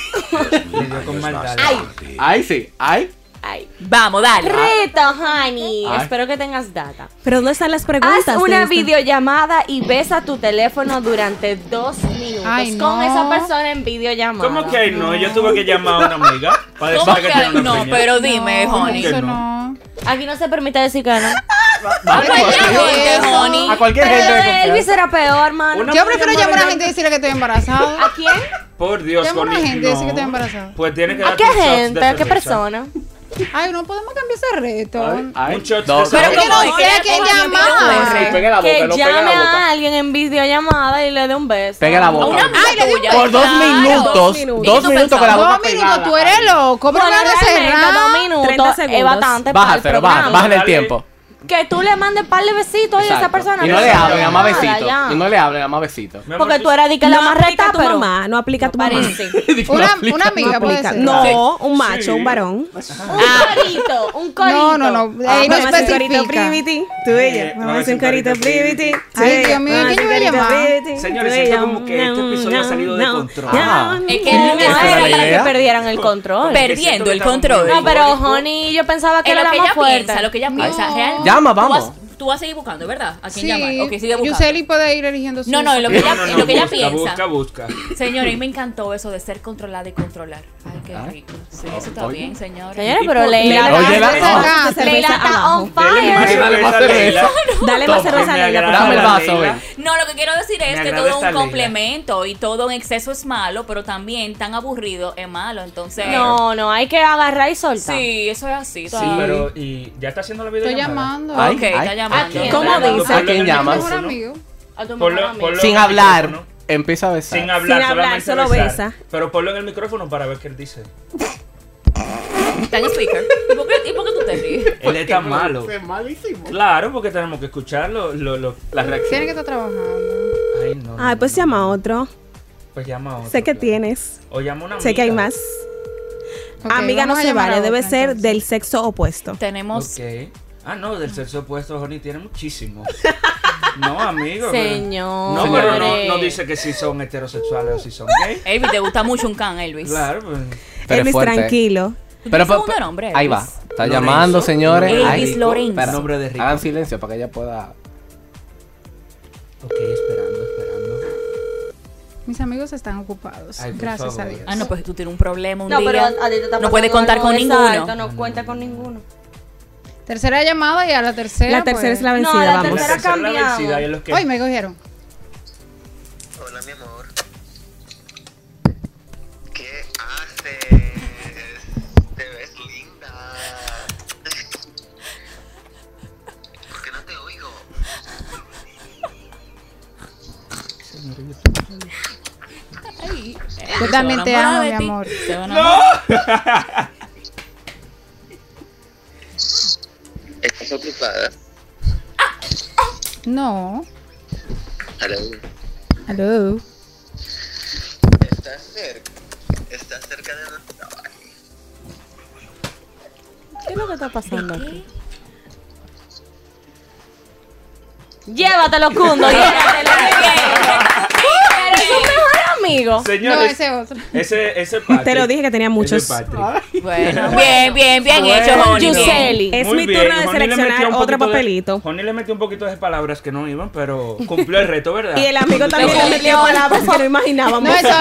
con maldad.
Ay, sí. Ay.
Ay.
Vamos, dale.
Reto, honey.
Ay.
Espero que tengas data.
Pero ¿dónde están las preguntas?
Haz una
de esto?
videollamada y besa tu teléfono durante dos minutos
Ay,
con
no.
esa persona en videollamada.
¿Cómo que ay, no? Yo tuve que llamar a una amiga para
¿Cómo
decirle que tenía
que
una
no?
piña.
Pero dime,
No,
honey.
que
Eso
no?
no.
Aquí no se permite decir que no.
A
Cualquier gente,
eso.
honey.
A cualquier
Pero
gente. de
Elvis
confianza.
era peor, mano.
Una-
Yo prefiero llamar a la gente y decirle que estoy embarazada.
¿A quién?
Por Dios,
Llama a una
Connie,
gente,
no.
dice que está embarazada.
Pues tiene que
¿A
dar
qué
tus shots de
gente? ¿A qué
cerveza.
persona?
Ay, no podemos cambiar ese reto.
Un shot de
dos,
Pero
dos.
Pero
como
no,
quiera
tiene que
como
llamar.
quiera,
Sí, pegue la boca,
que
no pegue la
llame
boca.
a alguien en videollamada y le dé un beso.
Pegue la
A una
boca.
amiga
Ay, le di un
tuya.
Por dos minutos.
dos
Dos
minutos.
minutos,
¿Y tú
con la
pensabas?
boca
Dominico,
pegada.
tú eres loco. ¿Cómo
Bueno,
van a
realmente, dos
cerrar?
minutos
30
es bastante para el
Bájatelo, baja,
programa.
baja el tiempo.
Que tú le mandes par de besitos y a esa
Exacto.
persona.
Y no
que
le
sea
hablen a más
nada,
besitos.
ya.
Y no le hablen a más besitos.
Mi amor,
Porque tú eras de que la
no
más
aplica a
recta,
tu
pero.
mamá, no aplica a tu mamá.
Una, una
No,
amiga puede
aplica.
ser.
no un macho, un varón.
Un corito, un Ah,
No,
corito.
no, no. Ahí no
Vamos a hacer un corito
especifica.
privity. Tú y ella. Vamos a hacer un corito privity. tú y
Ay,
ella.
Dios mío,
Vamos
¿quién
hacer
yo voy a
corito
llamar?
privity,
Señores,
tú y
siento
ella.
como que este episodio ha salido de control.
Ah.
Es que
No,
no
era
era
la
que
idea.
perdieran el control.
Perdiendo
siento que
el
estamos
control.
muy
No, pero
eufóricos.
Honey, yo pensaba que
Es
era
lo
la
que
más
ella piensa, lo
fuerte.
que ella piensa.
No.
real-
Llama,
tú
vamos.
vas- Tú vas a seguir buscando, ¿verdad? ¿A quién
Sí,
llamar? Ok, sigue buscando.
Yuseli puede ir eligiendo su.
No, no, es lo que ella,
No, no,
es
no,
lo que ella
busca,
piensa.
Busca, busca.
Señores, me encantó eso de ser controlada y controlar. Ay, qué
Ah.
rico. Sí, eso está
Oye.
bien, señores.
Señores, pero
Oye,
Leila.
Dale
la-
más
ah,
cerveza
Leila está
abajo.
on fire.
Dale más cerveza.
Dale más
Toma,
cerveza a
me
Leila. por
agrada.
Dame el
favor.
vaso, ven.
No, lo que quiero decir es
Me
que
agrada
todo es
esta
un
liga.
complemento y todo en exceso es malo, pero también tan aburrido es malo. Entonces,
No, no, hay que agarrar y soltar.
sí, eso es así.
Sí, pero y ya está haciendo la
Estoy
videollamada.
llamando.
Ay,
ok, está llamando.
Aquí.
¿Cómo
Ponlo
dice?
en el
¿A quién llamas?
Mejor
teléfono,
amigo.
A tu
Ponlo-
mejor amiga.
ponlo-
Sin
Sin
hablar.
hablar.
Empieza a besar.
Sin hablar,
Sin hablar,
solamente
solo
besar.
besa.
Pero ponlo en el micrófono para ver qué él dice.
Está en speaker. ¿Y por qué, y por qué tú te ríes?
Él Pues es tan malo.
malísimo.
Claro, porque tenemos que escuchar lo, lo, lo- las
Tiene
reacciones.
que estar trabajando.
Ay, no, no,
Ay, pues
no.
llama a otro.
Pues llama a otro,
Sé que
claro.
tienes.
O llama a una
Sé que hay
amiga.
más.
Ok,
Amiga no
vamos a
se
llamar a
vale, debe
otra,
ser
entonces.
del sexo opuesto.
Tenemos.
Ok. Ah, no, del sexo opuesto, Johnny, tiene muchísimo. No, amigo. pero-
Señor.
No, pero no,
Señores.
no dice que si son heterosexuales o si son gay.
Elvis, te gusta mucho un can, Elvis.
Claro, pues.
Pero
Elvis,
es fuerte.
tranquilo.
Pero,
Pero,
pero-
segundo nombre, Elvis.
ahí va. Está
Lorenzo.
llamando, señores.
Elvis
Ay, rico.
Lorenzo.
Espera, Ah.
Nombre de rico.
Hagan silencio para que ella pueda.
Ok, esperando, esperando.
Mis amigos están ocupados.
Ay, por
Gracias a
favor.
Dios.
Ah, no, pues tú tienes un problema un
No, pero
día.
a a ti te está
no puedes
pasando
contar
algo
con
exacto,
ninguno.
No cuenta con ninguno.
Tercera llamada y a la tercera.
La tercera
pues-
es la
No,
vencida,
la
vamos.
tercera-
tercera es la
cambiamos.
vencida y es los que-
Ay, me cogieron.
Hola, mi amor. ¿Qué haces? Te ves linda. ¿Por qué no te oigo?
Yo también te amo, mi amor.
¡No!
¿Estás ocupada?
No.
Hello.
Hello.
¿Estás cerca? ¿Estás cerca de donde trabajas?
¿Qué es lo que está pasando aquí? Llévatelo, Cundo, llévatelo. Eres su mejor amigo.
No,
Señores,
ese otro.
ese, ese Patrick.
Te lo dije que tenía muchos. Ah.
Ese Patrick.
Bueno, bien, bien, bien hecho,
Con
Bonnie, bien.
Yuseli.
Es
Muy
mi
bien,
turno de
Johnny le metió
seleccionar
un
otro
poquito de-
papelito.
Johnny le metió un poquito de palabras que no iban, pero cumplió el reto, ¿verdad?
Y el amigo también le metió palabras que no imaginábamos.
No, eso, no, eso,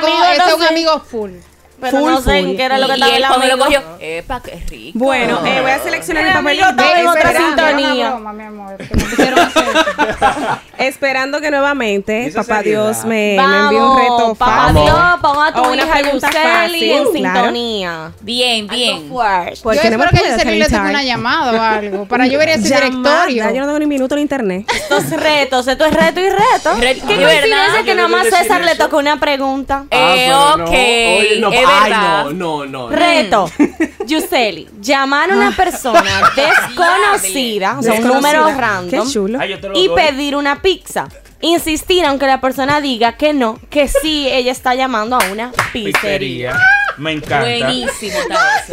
como,
amigo,
eso
no
es un
sé.
amigo full.
Pero
full,
no sé
full.
en qué era lo que
Y
estaba
él
el
cuando lo
amigo.
cogió, epa, qué rico.
Bueno, eh, voy a seleccionar el
El amigo
papelito.
estaba en otra
esperando-
Era una
Sintonía.
broma, mi amor, que me pusieron a hacer eso.
Esperando que nuevamente
Esa
Papá
seriedad.
Dios
Eh,
me, me envíe un
Vamos,
reto
Papá
fácil.
Vamos.
Dios, pon a
O
tu
una
hija
pregunta
Yuseli en
fácil, claro.
sintonía.
Bien, bien.
Yo
Porque no Pues, me
espero que
puedo
a Yuseli le tenga
desalientar.
una llamada o algo. Para yo ver ese
Llamada,
directorio.
Yo no tengo ni minuto en internet.
Estos retos, esto es reto y reto.
Re-
¿Qué
Ah, ¿verdad?
coincidencia que
Yo
nada
debo
más
decir
César le
eso.
tocó una pregunta?
Ah,
Eh,
pero
ok.
no. Oye, no,
es
ay,
verdad.
no,
Mm.
no, no.
Reto. Yuseli, llamar a una persona desconocida, o sea, un número
Desconocida.
random,
Qué chulo.
Ah, yo te lo
y
doy.
pedir una pizza. Insistir aunque la persona diga que no, que sí, ella está llamando a una pizzería.
Pizzería.
Ah.
Me encanta.
Buenísimo está eso.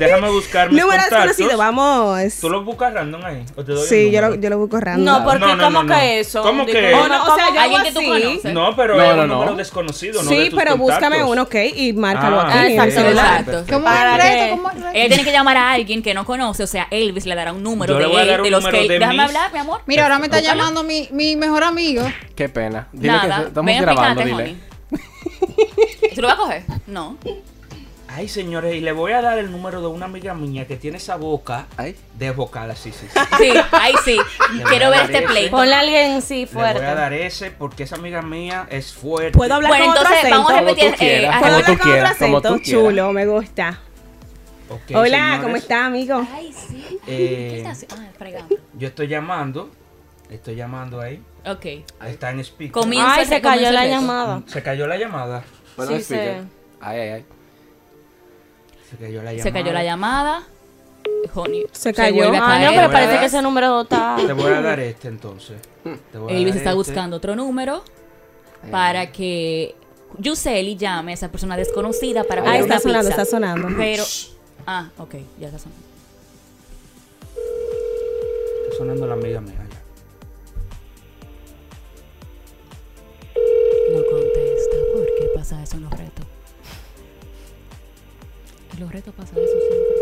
Déjame buscar mis
Número
contactos.
desconocido, vamos.
¿Tú lo buscas random ahí? ¿O te doy el
Sí, yo lo,
número?
yo lo busco random.
No, porque
No, no,
¿cómo
no, no.
que eso?
¿Cómo
Digo,
que-
no,
No, o
¿cómo?
sea, yo hago
Alguien que tú
así.
conoces.
No, pero
No,
es
no,
un
no.
número desconocido, ¿no? de
sí,
tus
pero búscame
contactos.
uno, ok, y márcalo
Ah,
aquí en el
exacto,
celular.
exacto.
¿Cómo es
Para
el
que-
reto? ¿Cómo es el reto?
Eh,
Él tiene que llamar a alguien que no conoce, o sea, Elvis le dará un número
Yo
de
le voy a
él,
dar un
de los
número
que
de
déjame
mis-
hablar, mi amor.
Mira, ahora me está llamando mi, mi mejor amigo.
Qué pena. Dile que
Nada,
estamos
ven
grabando, dile.
picante, Honey. ¿Tú lo vas a coger? No.
Ay, señores, y le voy a dar el número de una amiga mía que tiene esa boca
Ay.
desbocada, sí, sí. sí.
Sí, ahí sí.
Le
Quiero
voy a
ver
dar
este
ese.
play.
Ponle a alguien sí
Le voy
fuerte.
a dar ese porque esa amiga mía es fuerte.
Puedo hablar
Bueno,
con
entonces
otro acento.
vamos a
Como tú
repetir. eh,
quieras,
a
Puedo
como
repetir.
tú
hablar con otro
quieras, como
acento.
tú quieras.
Chulo, me gusta.
Ok,
Hola,
señores,
¿cómo está, amigo?
Ay, sí.
Eh.
¿Qué está haciendo? Ah, fregado.
Yo estoy llamando. Estoy llamando ahí.
Ok.
Ahí está en speaker.
Comienza
Ay,
el-
se
comienza
cayó
el
la
reto.
llamada.
Se cayó la llamada.
Bueno,
Sí,
es speaker.
se-
Ay, ay, ay.
Se cayó la llamada.
Se cayó la llamada. Honey,
Se cayó.
vuelve a
Ah, no,
caer.
pero parece que ese número está.
Te voy a dar este entonces. Te voy a
Elvis
dar
está
este.
buscando otro número para que Yuseli llame a esa persona desconocida para
Ahí Ah,
pedir
está
una
sonando,
pizza.
está sonando.
Pero. Ah, ok, ya está sonando.
Está sonando la amiga mía ya.
No contesta porque pasa eso en los retos. En los retos pasa eso siempre.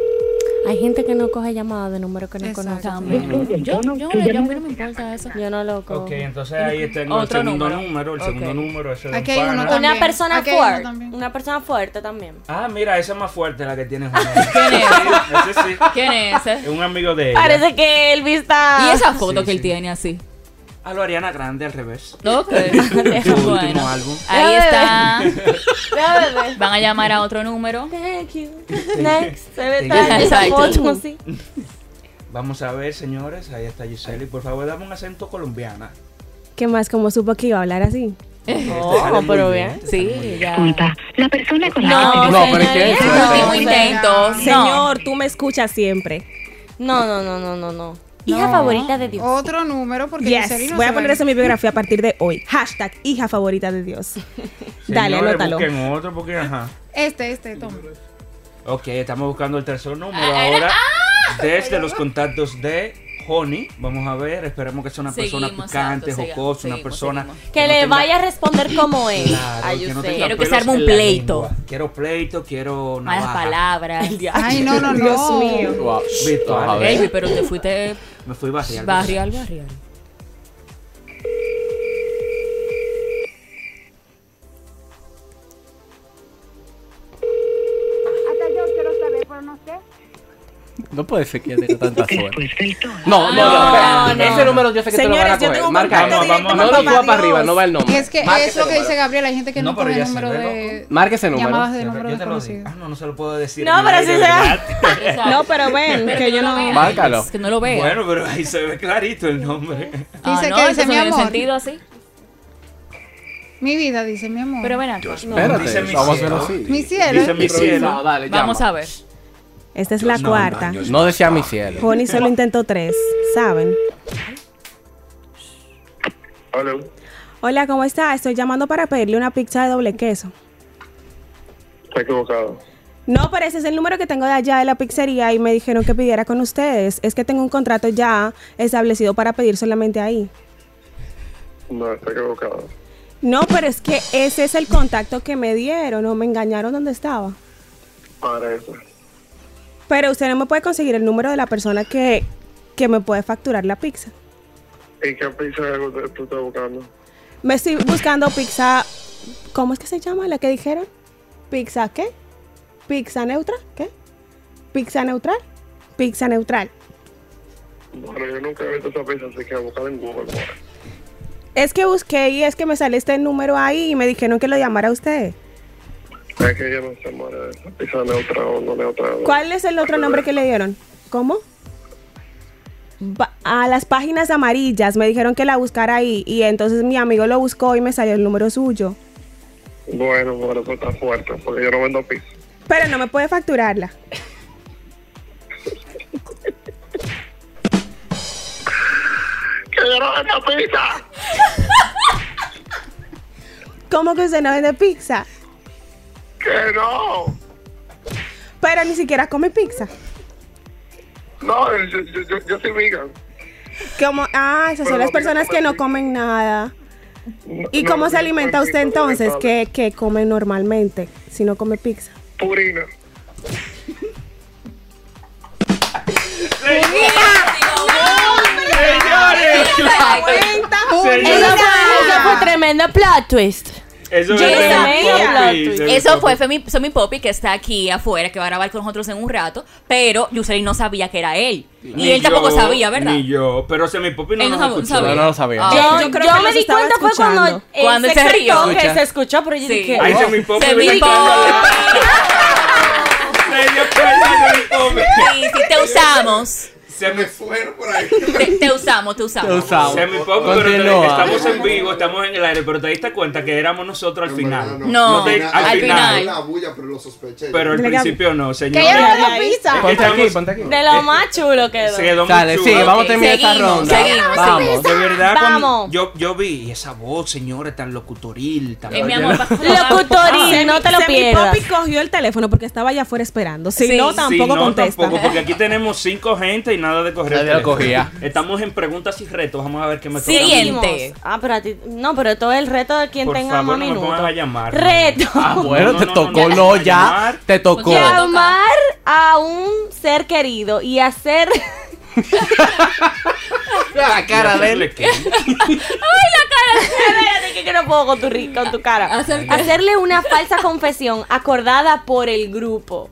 Hay gente que no coge llamadas de números que no
Exacto.
conoce.
También. Yo, yo, le- yo a mí no me importa eso.
Yo no lo cojo.
Ok, entonces ahí tengo
Otro
el segundo
número.
número. el segundo
Ok.
número ese de
Aquí
un
hay uno
pana.
también.
Una persona
Aquí hay uno
fuerte.
también.
Una persona fuerte también.
Ah, mira, esa es más fuerte la que tiene Juan.
¿Quién es?
ese sí.
¿Quién es
Es
ese?
un amigo de ella.
Parece que Elvis
Ah.
está.
Y esa foto
Sí,
que él
sí.
tiene así.
A lo Ariana Grande al revés.
Ok.
Su último
bueno.
álbum.
Ahí está.
Ya, bebé.
Van a llamar a otro número.
Thank you. Next. Se ve
Thank
tal
you.
esa
Exacto.
foto así.
Vamos a ver, señores. Ahí está Giselle. Por favor, dame un acento colombiana.
¿Qué más? ¿Cómo supo que iba a hablar así?
Oh,
pero bien.
Sí, ya.
La persona con
No,
No, pero es que-
señorita.
No,
Último intento. No.
Señor, tú me escuchas siempre.
No, no, no, no, no, no. Hija favorita de Dios.
Otro número porque Giselle
Yes.
no
Voy a
se
poner
ve.
eso en mi biografía a partir de hoy. Hashtag hija favorita de Dios. Dale, anótalo.
Busquen otro porque, ajá.
Este, este, toma.
Ok, estamos buscando el tercer
Ah,
número ahora. Desde los contactos de Honey. Vamos a ver. Esperemos que sea una persona
Seguimos,
picante,
exacto, siga-
jocosa, una
seguimos,
persona.
seguimos.
Que
no
le
tenga-
vaya a responder como es.
Claro,
Ay,
que no
usted.
tenga
Quiero que se
pelos
arme un
en la
pleito.
lengua. Quiero pleito, quiero
Malas
navaja.
palabras.
Ay, no, no, no.
Dios mío.
Wow.
Víctor,
Vamos a ver.
Baby, pero te fuiste
Me fui barrial.
barrial, barrial.
Hasta yo quiero saber, pero no sé.
No puede ser que tenga tanta suerte.
pues,
No, no, no,
No, no.
Ese número yo sé que te lo van
Señores,
a
yo
coger.
tengo un
Marca
contacto
ahí.
directo
No,
con
no,
papá
suba para arriba,
Dios.
no va el nombre.
Y es que
Marca
es lo
ese
que dice
número.
Gabriel, hay gente que no,
No, pero
coge
ya
el número
se ve,
de...
Marca ese
Llamadas
número.
de número
Yo te lo digo.
desconocido.
Ah, no, no se lo puedo decir.
No,
en
pero
el
sí
aire,
se
¿verdad?
No, pero ven, que yo no.
Márcalo.
Que no lo vea.
Bueno, pero ahí se ve clarito el nombre.
Ah,
Dice
no,
que
eso
dice,
no
mi
tiene
amor.
sentido así.
Mi vida, dice mi amor.
Pero ven acá.
Dice
Espérate,
mi
vamos a hacerlo
cielo.
así.
mi cielo.
Dice mi
Improvisado,
cielo.
dale,
Vamos
llama.
a ver.
Esta es la
No,
cuarta.
no, yo-
No desea mi cielo.
Honey solo intentó tres, ¿saben?
Hola.
Hola, ¿cómo está? Estoy llamando para pedirle una pizza de doble queso.
Está equivocado.
No, pero ese es el número que tengo de allá de la pizzería y me dijeron que pidiera con ustedes. Es que tengo un contrato ya establecido para pedir solamente ahí.
No, está equivocado.
No, pero es que ese es el contacto que me dieron o me engañaron donde estaba.
Para eso.
Pero usted no me puede conseguir el número de la persona que, que me puede facturar la pizza.
¿Y qué pizza es algo que tú estás buscando?
Me estoy buscando pizza. ¿Cómo es que se llama la que dijeron? ¿Pizza qué? ¿Pizza neutra? ¿Qué? ¿Pizza neutral? Pizza neutral.
Bueno, yo nunca he visto esa pizza, así que buscar en Google. bueno.
Es que busqué y es que me sale este número ahí y me dijeron que lo llamara a usted.
Es que yo no sé, madre, esa pizza neutra o no neutra. ¿no?
¿Cuál es el otro nombre que le dieron? ¿Cómo? Ba- a las páginas amarillas me dijeron que la buscara ahí y entonces mi amigo lo buscó y me salió el número suyo.
Bueno, bueno, eso está fuerte, porque yo no vendo pizza.
Pero no me puede facturarla.
¡Que yo no vendo pizza!
¿Cómo que usted no vende pizza?
¡Que no!
Pero ni siquiera come pizza.
No, yo, yo, yo, yo soy vegan.
Como, ah, esas son las personas que no comen nada. ¿Y
No,
cómo se
no,
alimenta
no,
usted
no,
entonces?
no, no,
¿Qué, qué come normalmente si no come pizza?
Purina.
¡Señores!
Eso
¡Señores!
fue, eso fue tremendo plot twist.
Eso
Yo
es
sabía.
Poppy,
Eso
Femi
Eso fue
Poppy.
Femi, Femi Poppy, que está aquí afuera, que va a grabar con nosotros en un rato. Pero Yuseli no sabía que era él. Ni él
yo,
tampoco sabía, ¿verdad?
Ni yo, pero Semi Poppy no
Él no
nos
sab-
escuchó.
sabía.
No, no lo sabía.
Ah,
Yo,
ok.
yo creo
yo
que
me
los
di
estaba
cuenta fue cuando,
escuchando.
él
Cuando se rió.
exaltó, que
Escucha.
se escuchó, pero yo
Sí.
dije,
Ahí
oh,
Semi Poppy
Femi
brincando.
Poppy.
medio payaso no come.
Sí, sí, te usamos.
Se me
fueron por ahí.
Te, te usamos, te usamos.
Te usamos.
Se me fue, pero te-
Continúa.
estamos en vivo, estamos en el aire, pero te diste cuenta que éramos nosotros al final.
No,
No te- al
al
final.
final. La bulla, pero lo sospeché.
Pero al
Dile que-
principio no,
Que
señor.
ella no me
Ahí.
da pizza.
Ponte aquí,
Estamos-
ponte aquí.
De lo más chulo quedó.
Se quedó muy
Dale,
chulo.
sí, vamos a terminar esta
seguimos,
ronda.
seguimos.
vamos.
De verdad, cuando-
Vamos.
yo, yo vi esa voz, señores, tan locutoril, tan
Eh, mi amor, va-
Ah.
Locutorín, no te lo pierdas.
Poppy cogió el teléfono porque estaba allá afuera esperando. Si
Sí.
no,
Sí,
tampoco
Sí, no,
contesta.
tampoco, porque aquí tenemos cinco gente y nada de correr. el
Nadie lo
teléfono.
cogía.
Estamos en preguntas y retos. Vamos a ver qué me toca.
Siguiente.
Ah, pero a ti. No, pero todo el reto de quien
Por
tenga
favor,
más
no me
minutos.
pongas a llamar.
Reto.
Ah,
Bueno,
No,
te
no, no,
tocó, no,
no, no,
ya,
llamar.
te tocó.
Ya.
Llamar a un ser querido y hacer.
La cara de él.
Espérate, que yo no puedo con tu, ri- con tu cara.
Hacer-
Hacerle una falsa confesión acordada por el grupo.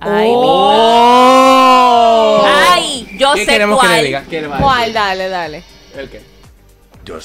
Ay,
¡Oh!
mi- Ay, yo
¿Qué
sé
queremos que le
cuál.
diga? ¿Qué le va a
¿Cuál? Dale, dale.
decir? ¿El qué?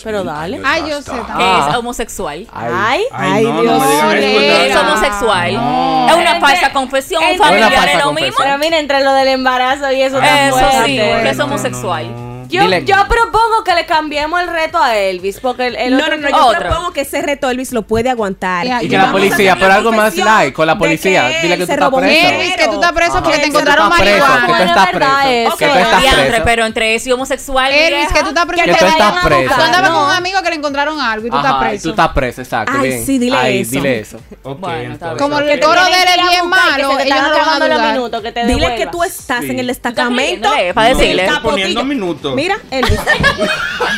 Pero dale.
Ay, Pues yo sé.
Que es homosexual.
Ay.
Ay,
Ay,
no,
Ah,
no
Dios
me digan eso,
mío.
¿verdad?
Es homosexual.
No.
Es una
Entre-
falsa confesión. Un
entre-
familiar
Una
es
falsa
lo mismo.
confesión.
Pero mira, entre lo del embarazo y eso. tan
Eso
fuerte.
sí,
Bueno,
que es
no,
homosexual.
no, no.
Yo,
Dile-
yo propongo que le cambiemos el reto a Elvis, porque el, el
no,
otro
no, no,
yo
yo
Otro.
propongo que ese reto Elvis lo puede aguantar.
Ya,
Y
Y
que la
vamos a
policía, por algo más light, con la policía. Dile que tú estás
Elvis,
preso.
que tú estás preso
Ajá.
porque te
Ah, Que tú
encontraron
estás preso, Que
marihuana.
tú
Bueno,
estás
es verdad
preso. Que
eso.
tú estás
Diantre,
preso.
pero entre ese homosexual.
Elvis,
vieja.
que tú estás
Que
preso. Tú
tú
vayan
estás
a
preso.
buscar.
andabas
No.
con un amigo que le encontraron algo y tú estás
Ajá, y tú
preso.
estás preso, exacto.
Ay,
bien.
sí, dile
Ahí,
eso.
dile eso.
Ok,
Bueno,
entonces,
está bien.
Como
ok.
el toro de él
Tienes que
es
ir a
bien
buscar, que
malo,
se te
ellos
están
no lo van a
acabando los
ayudar.
minutos, que te
Dile
devuelvas.
que tú estás
Sí.
en el
Estás
destacamento.
riéndole, Para
No,
decirle.
está poniendo minutos.
Mira, Elvis.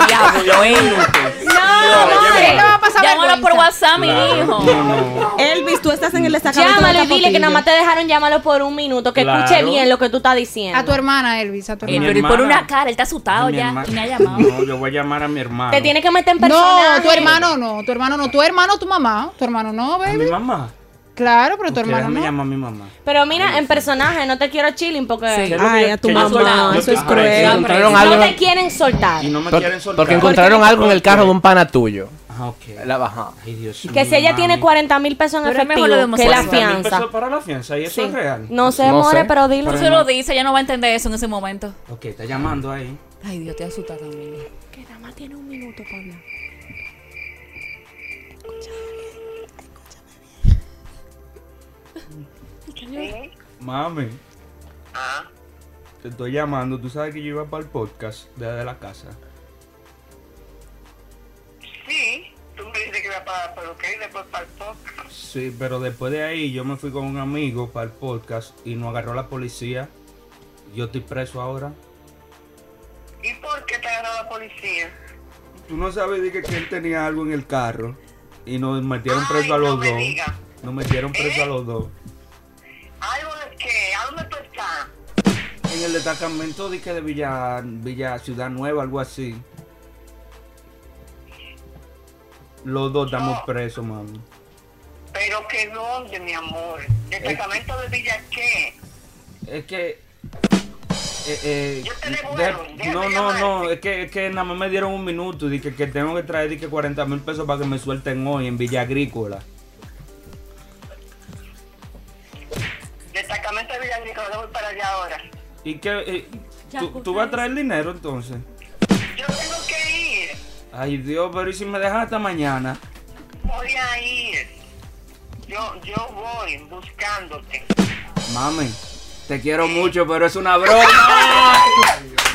Diablo, él.
Él le va a pasar
Llámalo por
vergüenza.
WhatsApp, mi
Claro,
hijo. Eh,
no, no.
Elvis, tú estás en el destacamento.
Llámalo y
de
dile que nada más te
Capotillo.
dejaron llámalo por un minuto, que
Claro.
escuche bien lo que tú estás diciendo.
A tu hermana, Elvis, a tu
Eh,
hermana.
Pero y por
hermana.
una cara, él está asustado
A mi
ya
hermana.
y me ha llamado.
No, yo voy a llamar a mi hermano.
Te tienes que meter en persona.
No, tu hermano no, tu hermano no, tu hermano, tu mamá, tu hermano no,
¿A mi
baby.
mamá?
Claro, pero tu
Ok,
hermano
déjame
no.
llamar a mi mamá.
Pero mira, en personaje, no te quiero chilling
Sí.
porque
Que
Ay,
yo-
a tu
que yo soy-
mamá,
yo
eso
estoy
es
preso
cruel.
Encontraron
no
algo.
te quieren soltar.
Y no me
Porque-
quieren soltar.
Porque encontraron algo en el carro de un pana tuyo.
Ah, ok.
La baja.
Ay, Dios
Que si ella tiene 40 mil pesos en
Pero es
efectivo,
mejor lo de
que la
homosexual.
¿También
fianza.
pesos para la fianza? ¿Y eso es real?
No sé,
No
more,
sé.
pero
Tú
dilo.
se lo dices, ella no va a entender eso en ese momento.
Ok, está llamando ahí.
Ay, Dios, te asusta también.
Mami,
Ah,
te estoy llamando. Tú sabes que yo iba para el podcast desde la casa.
sí. Tú me dices que iba para para lo que y después para el pop.
Sí, pero después de ahí yo me fui con un amigo para el podcast y nos agarró la policía. Yo estoy preso ahora.
¿Y por qué te agarró la policía?
Tú no sabes, dije que él tenía algo en el carro y nos metieron preso
Ay,
a los
no me
dos. ¿Eh?
digas.
Nos metieron preso a los dos.
¿Algo de qué? ¿A dónde tú estás?
En el destacamento dije de Villa, Villa Ciudad Nueva, algo así. Los dos estamos presos, mami.
Pero que dónde, mi amor. Destacamento de Villa qué.
Es que. eh, eh,
Yo te devuelvo,
de-
déjame
no, no,
llamar.
no, es que, es que nada más me dieron un minuto y que, que tengo que traer dije, 40 mil pesos para que me suelten hoy en Villa Agrícola.
Destacamento de Villa Agrícola, yo voy para allá ahora.
¿Y que eh, ¿tú, tú vas a traer dinero entonces?
Yo tengo que ir.
Ay Dios, pero ¿y si me dejas hasta mañana?
Voy a ir. Yo, yo voy buscándote.
Mami, te quiero mucho, pero es una broma.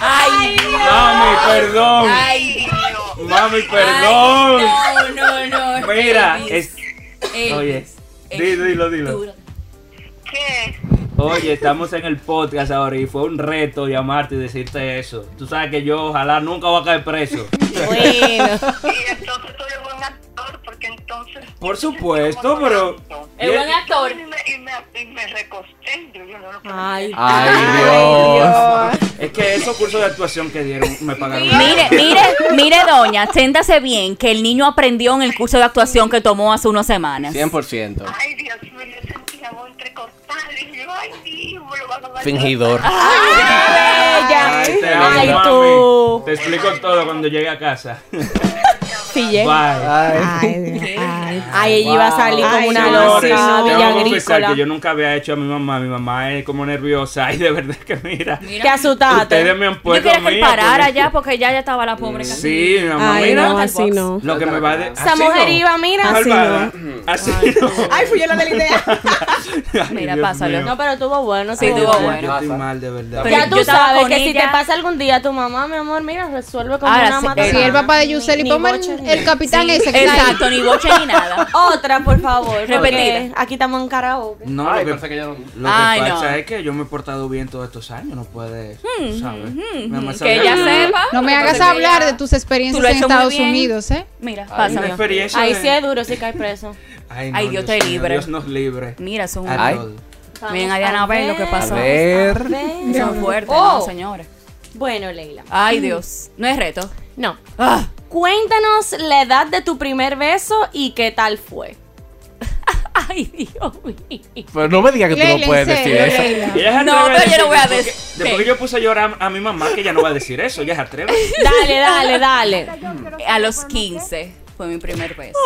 Ay,
Mami, perdón.
ay,
Pero,
Mami, perdón.
ay, no, no, no.
Mira,
Elvis,
es-
Elvis,
oye,
Elvis,
di- dilo, dilo.
duro.
¿qué?
Oye, estamos en el podcast ahora y fue un reto llamarte y decirte eso. Tú sabes que yo ojalá nunca voy a caer preso.
Bueno.
Y entonces soy un buen actor, porque entonces...
Por supuesto, pero...
Es buen actor.
Y me, y me, y me recosté. Yo, yo no lo
Ay,
Ay, Dios.
Es que esos cursos de actuación que dieron me pagaron.
Mire, mire, mire, doña, siéntase bien que el niño aprendió en el curso de actuación que tomó hace unas semanas.
100%.
Ay, Dios mío, yo sentía voz entrecortada. Y yo, ay, Dios, me lo van a matar.
Fingidor.
qué bella.
Ay, te
Ay,
amo,
tú.
mami. Te explico todo cuando llegue a casa.
pillé.
Bye.
Ay.
Ay, Dios. Ay.
Ay, ella iba a salir
Ay,
como una
señores,
loca
Tengo
no.
que confesar
villagrícola.
que yo nunca había hecho a mi mamá. Mi mamá es como nerviosa y de verdad que mira.
Te
Ustedes
asustaste.
me han
Yo
puesto
quería que él
mía,
parara
porque-
ya porque ya ya estaba la pobre. casi.
Sí, mi mamá,
Ay,
mira.
no, así no.
Lo que me va de...
Esa
así
mujer
no.
iba, mira.
Así
Malvada. Así no.
Ay, fui yo la de la idea.
Ay,
Mira,
Dios
pásalo.
mío.
No, pero estuvo bueno.
Sí,
estuvo
estuvo
bueno.
bueno.
Yo estoy mal, de verdad.
Pero
Ya
yo
tú
estaba
sabes
con
que si te
ella.
pasa algún día tu mamá, mi amor, mira, resuelve como
Ahora,
una
si-
matanza.
si
Sí, el papá de Yuseli,
Ni
ponme
boche
el,
ni-
el capitán
Sí,
ese que está ahí.
Exacto, ni boche ni nada.
Otra, por favor. porque
Repetida.
Aquí estamos en karaoke.
No,
Ay,
lo que,
pensé que ya no-
lo que
Ay,
pasa
no.
es que yo me he portado bien todos estos años, no puede, ¿sabes? Mi mamá sabe
Que ella sepa.
No me hagas
Entonces,
hablar
ella-
de tus experiencias
Tú lo has
en
hecho muy
Estados
bien.
Unidos, ¿eh?
Mira,
Ay, una
pásame.
experiencia
Ahí
de-
sí es duro, sí cae preso.
Ay,
Ay,
no,
Dios te
mío,
libre.
Dios nos libre.
Mira, son
A
Ay.
todos.
Miren, Ariana, a ver lo que pasó.
A ver.
son fuertes,
Oh.
no, señores.
Bueno, Leila.
Ay, Dios. No es reto.
No.
Ah,
Cuéntanos la edad de tu primer beso y qué tal fue.
Ay, Dios mío.
Pero no me digas que tú
Leila,
no
en
puedes decir
serio,
eso.
Leila.
Ella se
No,
atreve
pero yo no
decir-
voy a
porque-
decir-
Después que yo puse a llorar a mi mamá, que ella no va a decir eso, ella se atreve.
Dale, dale, dale.
A los 15 fue mi primer beso.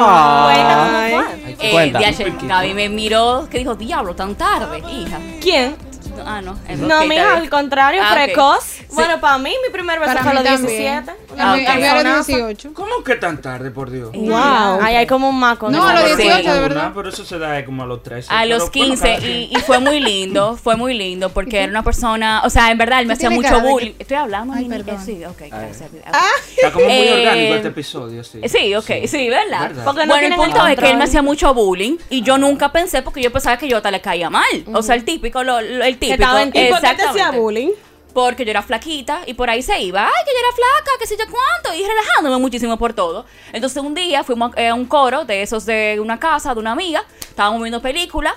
Ah.
Cuéntanos cómo fue.
Ay,
Eh,
cuenta.
DH, Gaby me miró, que dijo, diablo, tan tarde, hija.
¿Quién?
No, Ah, no. eh,
No,
ok,
mija,
está
al
bien.
contrario,
Ah, ok.
precoz.
Sí.
Bueno, para mí, mi primer beso
Para
fue a
mí
los
también.
17.
A mí
Ah,
a mí a los
Personazo.
18.
¿Cómo que tan tarde, por Dios?
Wow.
Ay, hay como un maco.
No, a los
Sí.
18, de
Una,
verdad.
Eh, pero eso se da eh, como a los 13.
A
pero
los
bueno,
15
cada
y,
quien.
y fue muy lindo, fue muy lindo porque era una persona, o sea, en verdad él me
Tú
hacía
tienes
mucho
cara de que-
bullying. Estoy hablando,
Ay,
Nini? Eh,
perdón.
Sí, ok, gracias. ok.
Está como muy
Eh,
orgánico este episodio, sí.
Eh, Sí, ok, sí, ¿verdad?
¿Verdad?
Porque no
bueno, el
tienen
punto es que él
control.
me hacía mucho bullying y yo nunca pensé porque yo pensaba que yo tal le caía mal. O sea, el típico, lo- lo- el típico.
estaba en ti.
¿Y por qué te hacía
Exactamente.
bullying?
Porque yo era flaquita y por ahí se iba, ay, que yo era flaca, que sé yo cuánto, y relajándome muchísimo por todo. Entonces un día fuimos eh, a un coro de esos de una casa, de una amiga, estábamos viendo película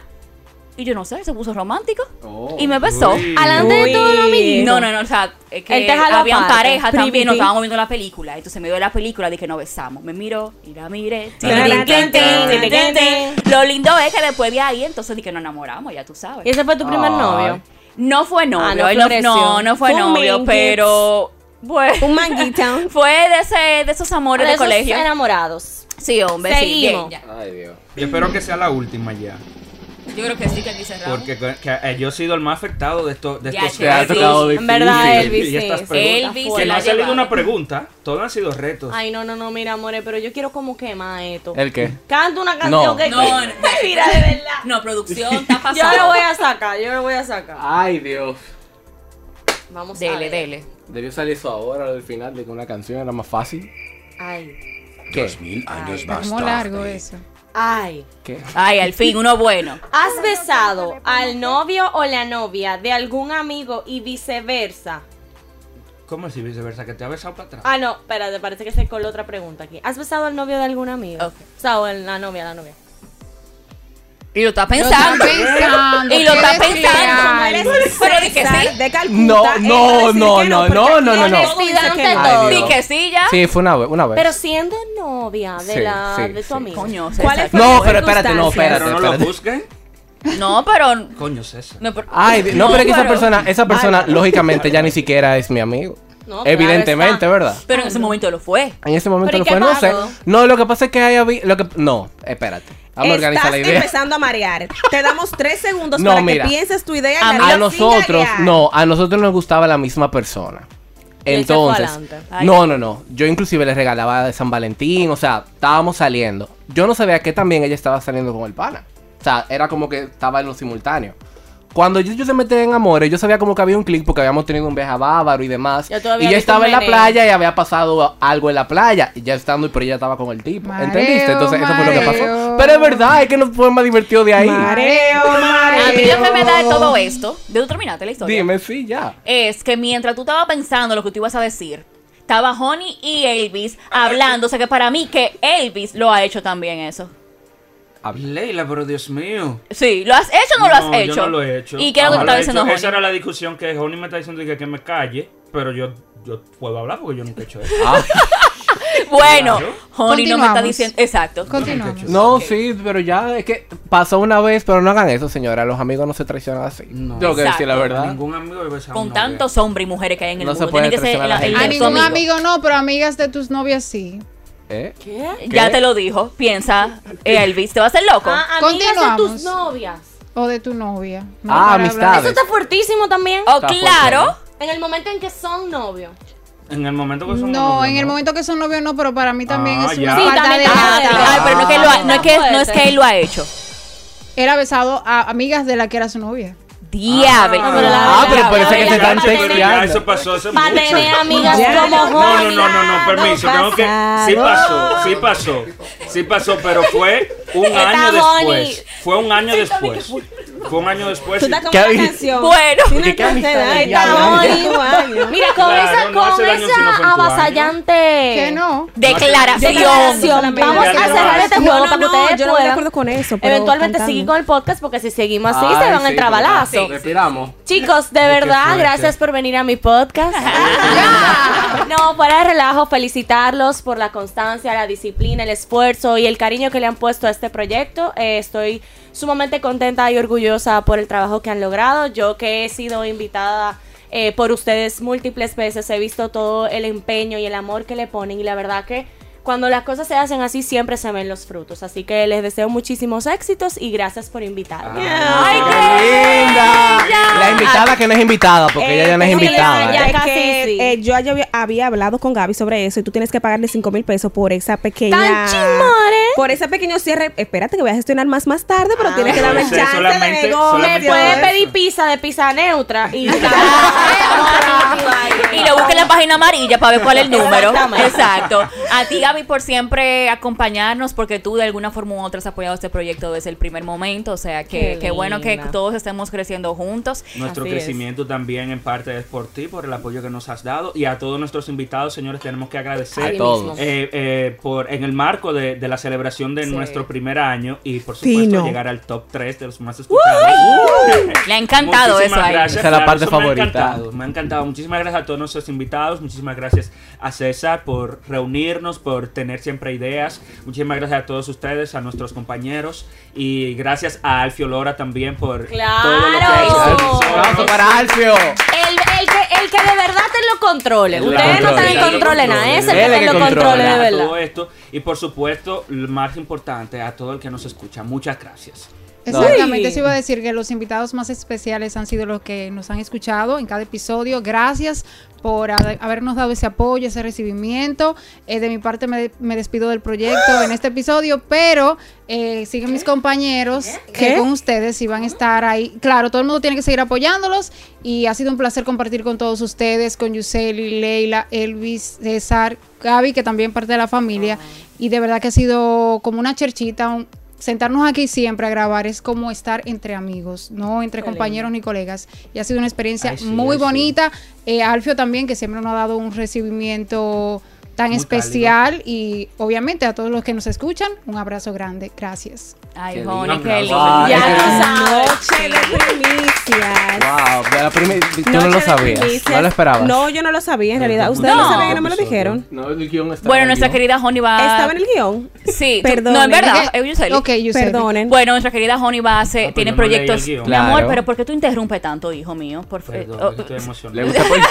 y yo no sé, se puso romántico
Oh.
y me besó.
Uy.
Alante de todos los amiguitos.
No, no, no, o sea, es que
Él te jaló
habían
aparte.
pareja también,
Privity.
nos estábamos viendo la película, entonces me dio la película de que nos besamos, me miró y la miré.
Tin, tin, tin, tin, tin, tin, tin.
Lo lindo es que después de ahí, entonces de que nos enamoramos, ya tú sabes.
¿Y ese fue tu primer
Ay.
novio?
No fue novio,
Ah, no
él no-
floreció.
no, no fue
Fue un
novio,
manguito.
pero bueno,
Un manguita.
fue de ese, de esos amores de,
Ah, esos
colegio.
enamorados.
Sí, hombre, sí,
Seguimos.
bien,
Ay, Dios.
Yo espero que sea la última ya.
ya. Yo creo que sí que aquí cerramos.
Porque que- que, eh, yo he sido el más afectado de, esto, de
Ya,
estos
Te ha
Elvis.
tocado
En verdad,
difícil.
Elvis,
Y
sí.
estas
sí.
preguntas.
Elvis
Está
se
Que
la
no
ha
ha salido
llevado.
una pregunta, todos han sido retos.
Ay, no, no, no, mira, amores, pero yo quiero como quemar esto.
Pues. ¿El qué?
Canta una canción
No.
que...
No, no.
mira, de verdad.
No, producción está
Yo
pasando.
lo voy a sacar, yo lo voy a sacar. Ah,
Ay, Dios.
Vamos a
Dele,
ver.
dele.
Debió salir eso ahora al final de que una canción era más fácil.
Ay,
¿Qué?
Está como largo eso.
ay.
¿Qué?
Ay, al fin, uno bueno.
¿Has besado al novio o la novia de algún amigo y viceversa?
¿Cómo si viceversa? Que te ha besado para atrás.
Ah, no, espérate, parece que se coló otra pregunta aquí. ¿Has besado al novio de algún amigo?
Ok.
O sea, o en la novia, la novia.
Y lo está
Lo está
pensando.
pensando.
Y lo
qué
está pensando.
desleal.
Pero de que sí.
De Calcuta.
No,
él
no,
va a decir
no,
que
no,
porque
no,
aquí
no, no,
él
no.
dice que
Olvidándote
no.
Ay,
Sí
Dios.
que sí, ya.
Sí, fue una vez. Una vez.
¿Ah? Pero siendo novia de
Sí,
la
sí,
de tu
sí.
amigo.
Coño,
¿Cuál
César.
fue?
no, pero espérate, no,
circunstancias.
espérate.
Pero no lo
espérate.
busquen.
No, pero.
Coño, César.
no, pero-
Ay, di- no, pero es que esa
pero-
persona, esa persona, lógicamente, ya ni siquiera es mi amigo.
No, claro
Evidentemente,
está.
¿verdad?
Pero en ese momento lo fue.
En ese momento
Pero ¿y
lo
qué
fue, no sé.
pasó?
No, lo que pasa es que haya vi- lo que No, espérate. Vamos a organizar
Estás
la idea.
empezando a marear. Te damos tres segundos
No,
para
mira.
que pienses tu idea. y
A
la
mí-
digas
A
sin
nosotros,
marear.
no, a nosotros nos gustaba la misma persona.
Y él se fue
Entonces,
adelante.
Ay.
no, no, no. Yo inclusive le regalaba de San Valentín, o sea, estábamos saliendo. Yo no sabía que también ella estaba saliendo con el pana. O sea, era como que estaba en lo simultáneo. Cuando yo, yo se metí en amores, yo sabía como que había un clic porque habíamos tenido un viaje a Bávaro y demás.
Ya tú habías
y yo
visto
estaba
un
en la
meneo.
playa y había pasado algo en la playa. Y ya estando, pero ella estaba con el tipo.
Mareo,
¿Entendiste? Entonces, eso fue lo que pasó.
mareo.
Pero es verdad, es que no fue más divertido de ahí.
Mareo,
A mí lo
mareo.
que me da de todo esto, de tú terminaste la historia,
Dime, sí, ya.
es que mientras tú estabas pensando lo que tú ibas a decir, estaba Honey y Elvis hablando. O sea que para mí que Elvis lo ha hecho también eso.
Leila, pero Dios mío.
Sí, ¿lo has hecho o no, lo has
yo
hecho?
no lo he hecho.
¿Y qué es lo que tú
Ojalá
estabas
he
diciendo,
hecho-
Honey?
Esa era la discusión que Honey me está diciendo de que, que me calle, pero yo, yo puedo hablar porque yo nunca he hecho eso.
Bueno,
Claro.
Honey no me está
Continuamos.
diciendo. Exacto.
Continuamos.
No, sí, pero ya es que pasó una vez, pero no hagan eso, señora. Los amigos no se traicionan así.
No.
Tengo que decir la
Exacto.
verdad.
Ningún amigo debe besar a
Con
una novia.
tantos hombres y mujeres que hay en el
No se
mundo,
puede
tiene que ser
traicionar a la
el-
gente.
el-
A
tu
ningún amigo no, pero amigas de tus novias sí.
¿Eh?
¿Qué?
Ya
¿Qué?
te lo dijo. Piensa, Elvis, te vas a hacer loco.
Ah, amigas de
Continuamos.
tus novias.
O de tu novia.
Ah,
para
amistad.
hablar-
Sabes.
Eso está fuertísimo también.
oh,
está fuerte,
claro.
En el momento en que son novios.
En el momento que son
No,
novios,
en el momento que son novios no, pero para mí también
Ah,
es una
ya. Sí,
falta
también
de
está
Ah,
bien.
arte.
ah, pero no es que, lo ha- no es que, no es que él lo ha hecho.
Ah,
Él ha besado a amigas de la que era su novia.
Diablo.
Ah, pero la-
Ah, pero
parece
parece que
que
te
están
están
Para tener-
Pero ya
texteando.
eso pasó hace
Para
mucho.
tener amigas
Ya.
como
No, no,
Juan.
no, no, no, permiso, tengo que. Sí pasó, sí pasó, sí pasó, pero fue un
Está
año
Bonnie.
después. Fue un año después. Fue un año después.
Tú
y-
estás como
¿Qué
una
habéis-
canción.
Bueno.
Tiene
¿Qué
que hacer
amistad de
ahí.
diablo?
Estamos igual.
Mira, con
Claro, no
esa,
hace
con
daño si no fue en tu
esa
año.
avasallante.
Que no.
Declaración.
Vamos
Ya
a
no
cerrar
hay.
este
No,
juego
no,
para que
no,
ustedes
yo no voy de
puedan
acuerdo con eso, pero
eventualmente
cantando.
seguir con el podcast porque si seguimos así se
Ay,
van a
sí,
entrar
¿verdad?
balazos.
Respiramos.
Chicos, de verdad,
fuerte.
gracias por venir a mi podcast. Ya. no, fuera de relajo, felicitarlos por la constancia, la disciplina, el esfuerzo y el cariño que le han puesto a este proyecto. Eh, estoy sumamente contenta y orgullosa por el trabajo que han logrado. Yo que he sido invitada eh, por ustedes múltiples veces, he visto todo el empeño y el amor que le ponen y la verdad que cuando las cosas se hacen así siempre se ven los frutos. Así que les deseo muchísimos éxitos y gracias por invitarme.
¡Ay, qué Ah, linda!
Ah.
La invitada que no es invitada, porque
Eh,
ella ya no es
tengo que
invitada.
dejar ya.
¿eh?
Es
casi
que,
sí.
eh, yo ya había, había hablado con Gaby sobre eso y tú tienes que pagarle 5 mil pesos por esa pequeña.
Tan chismores.
Por ese pequeño cierre. Espérate que voy a gestionar más más tarde, pero tienes que darme el
Entonces,
chance de
solamente-
Ah, Me
solamente-
puede
eso.
pedir pizza de pizza neutra y
Y lo busca en la página amarilla para ver cuál es el número.
Exactamente.
Exacto. A ti, Gaby, por siempre acompañarnos, porque tú de alguna forma u otra has apoyado este proyecto desde el primer momento. O sea, que,
Qué
que bueno que
linda.
todos estemos creciendo juntos.
Nuestro
Así es.
crecimiento también en parte es por ti, por el apoyo que nos has dado y a todos nuestros invitados, señores, tenemos que agradecer
A todos.
eh, eh, por en el marco de, de la celebración de
Sí.
nuestro primer año y por
Sí,
supuesto
no.
llegar al top 3 de los más escuchados.
Le ha encantado
Muchísimas
eso ahí.
gracias,
Esa es la parte
eso me ha
favorita.
encantado, Me ha encantado. Muchísimas gracias a todos nuestros invitados. Muchísimas gracias a César por reunirnos, por tener siempre ideas. Muchísimas gracias a todos ustedes, a nuestros compañeros. Y gracias a Alfio Lora también por todo lo que ha hecho.
Claro.
por
Un aplauso
nosotros.
para Alfio.
El, el que, el que de verdad te lo controle.
Él
Ustedes no
controla,
están en
él lo
control de nada.
controla.
Es
Él
el que
es
te
que
lo controle
controla
de
Todo
verdad.
esto. Y por supuesto, lo más importante, a todo el que nos escucha. Muchas gracias.
Eh,
Uy.
Exactamente, eso iba a decir que los invitados más especiales han sido los que nos han escuchado en cada episodio. Gracias por ha- habernos dado ese apoyo, ese recibimiento. Eh, de mi parte me, de- me despido del proyecto en este episodio, pero eh, siguen mis compañeros que
¿Qué?
con ustedes y van a estar ahí. Claro, todo el mundo tiene que seguir apoyándolos y ha sido un placer compartir con todos ustedes, con Yuseli, Leila, Elvis, César, Gaby, que también parte de la familia. Y de verdad que ha sido como una cherchita, un- sentarnos aquí siempre a grabar es como estar entre amigos, no entre compañeros ni colegas. Y ha sido una experiencia
Ay, sí,
muy
ay, sí.
bonita. Eh, Alfio también, que siempre nos ha dado un recibimiento tan
Muy
especial y obviamente a todos los que nos escuchan, un abrazo grande. Gracias.
Ay,
Qué
Joni,
lindo.
qué lindo.
Aplausos.
Ya
Ay,
tú
qué
sabes.
Noche de primicias.
Wow, de la primer- tú no
Noche
lo
de
sabías.
primicias.
No lo esperabas.
No, yo no lo sabía en realidad. Ustedes
No.
lo sabían y no me lo dijeron.
No, el guión está
Bueno, nuestra querida Honey va.
Ah.
Estaba en el guión.
Sí, tú-
Perdón.
no, en verdad,
Eh,
eh, Yuseli.
ok, Yuseli.
Perdonen.
Bueno, nuestra querida Honey va a hacer,
Ah, pues
tiene
yo no leí el
proyectos.
guión.
Mi amor,
Claro.
pero ¿por qué tú interrumpes tanto, hijo mío? Por fa-
Perdón,
oh,
estoy
Le
emocionado.
gusta pues,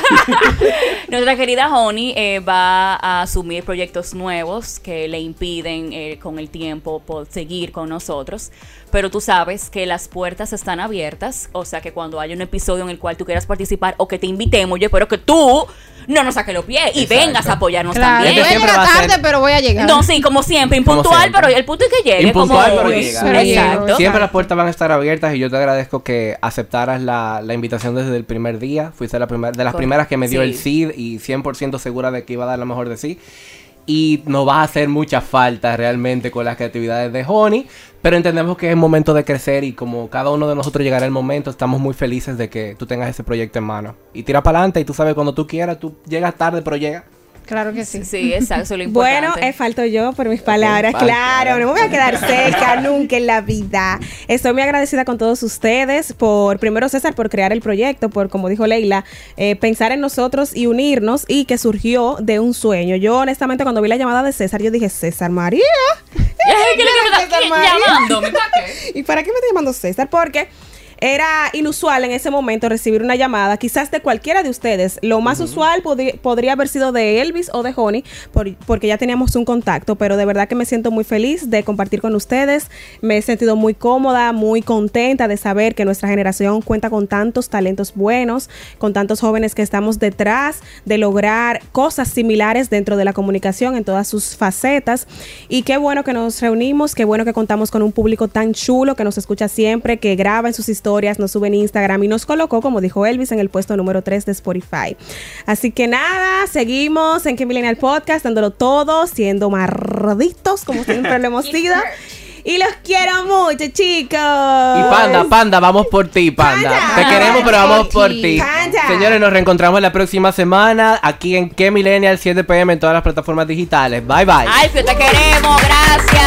por-
Nuestra querida Honey eh, va a asumir proyectos nuevos que le impiden eh, con el tiempo po- seguir con nosotros, pero tú sabes que las puertas están abiertas, o sea que cuando haya un episodio en el cual tú quieras participar o que te invitemos, yo espero que tú no nos saques los pies y
Exacto.
vengas a apoyarnos
Claro,
Este
voy
también.
a
siempre
llegar
va a ser-
tarde, pero voy a llegar.
No, sí, como siempre,
Como
impuntual,
siempre.
pero el punto es que llegue.
Impuntual,
como- pues,
pero llega.
Pero llega,
Exacto.
Siempre las puertas van a estar abiertas y yo te agradezco que aceptaras la, la invitación desde el primer día. Fuiste la primer- de las
Correcto.
primeras que me dio
Sí.
el CID y 100% segura de que iba a dar lo mejor de sí. Y nos va a hacer mucha falta realmente con las creatividades de Honey. Pero entendemos que es momento de crecer y como cada uno de nosotros llegará el momento, estamos muy felices de que tú tengas ese proyecto en mano. Y tira para adelante y tú sabes cuando tú quieras, tú llegas tarde pero llegas.
Claro que sí.
Sí, exacto, eso es lo importante.
Bueno, eh, falto yo por mis palabras,
falta.
claro, no me voy a quedar seca nunca en la vida. Estoy muy agradecida con todos ustedes por, primero César, por crear el proyecto, por, como dijo Leila, eh, pensar en nosotros y unirnos y que surgió de un sueño. Yo honestamente cuando vi la llamada de César, yo dije, César María.
¿Qué es lo que me está
María.
llamándome?
¿Y para qué me está llamando César? Porque Era inusual en ese momento recibir una llamada, quizás de cualquiera de ustedes. Lo más usual podri- podría haber sido de Elvis o de Honey, por- porque ya teníamos un contacto, pero de verdad que me siento muy feliz de compartir con ustedes. Me he sentido muy cómoda, muy contenta de saber que nuestra generación cuenta con tantos talentos buenos, con tantos jóvenes que estamos detrás de lograr cosas similares dentro de la comunicación en todas sus facetas. Y qué bueno que nos reunimos, qué bueno que contamos con un público tan chulo que nos escucha siempre, que graba en sus historias, nos sube en Instagram y nos colocó, como dijo Elvis, en el puesto número 3 de Spotify. Así que nada, seguimos en Que Millennial Podcast, dándolo todo, siendo marroditos, como siempre lo hemos sido. Y los quiero mucho, chicos.
Y panda, panda, vamos por ti, panda.
Panda.
Te queremos, pero vamos por
Panda.
ti.
Panda.
Señores, nos reencontramos la próxima semana aquí en Que Millennial 7 pm en todas las plataformas digitales. Bye bye.
Alfio, te queremos, gracias.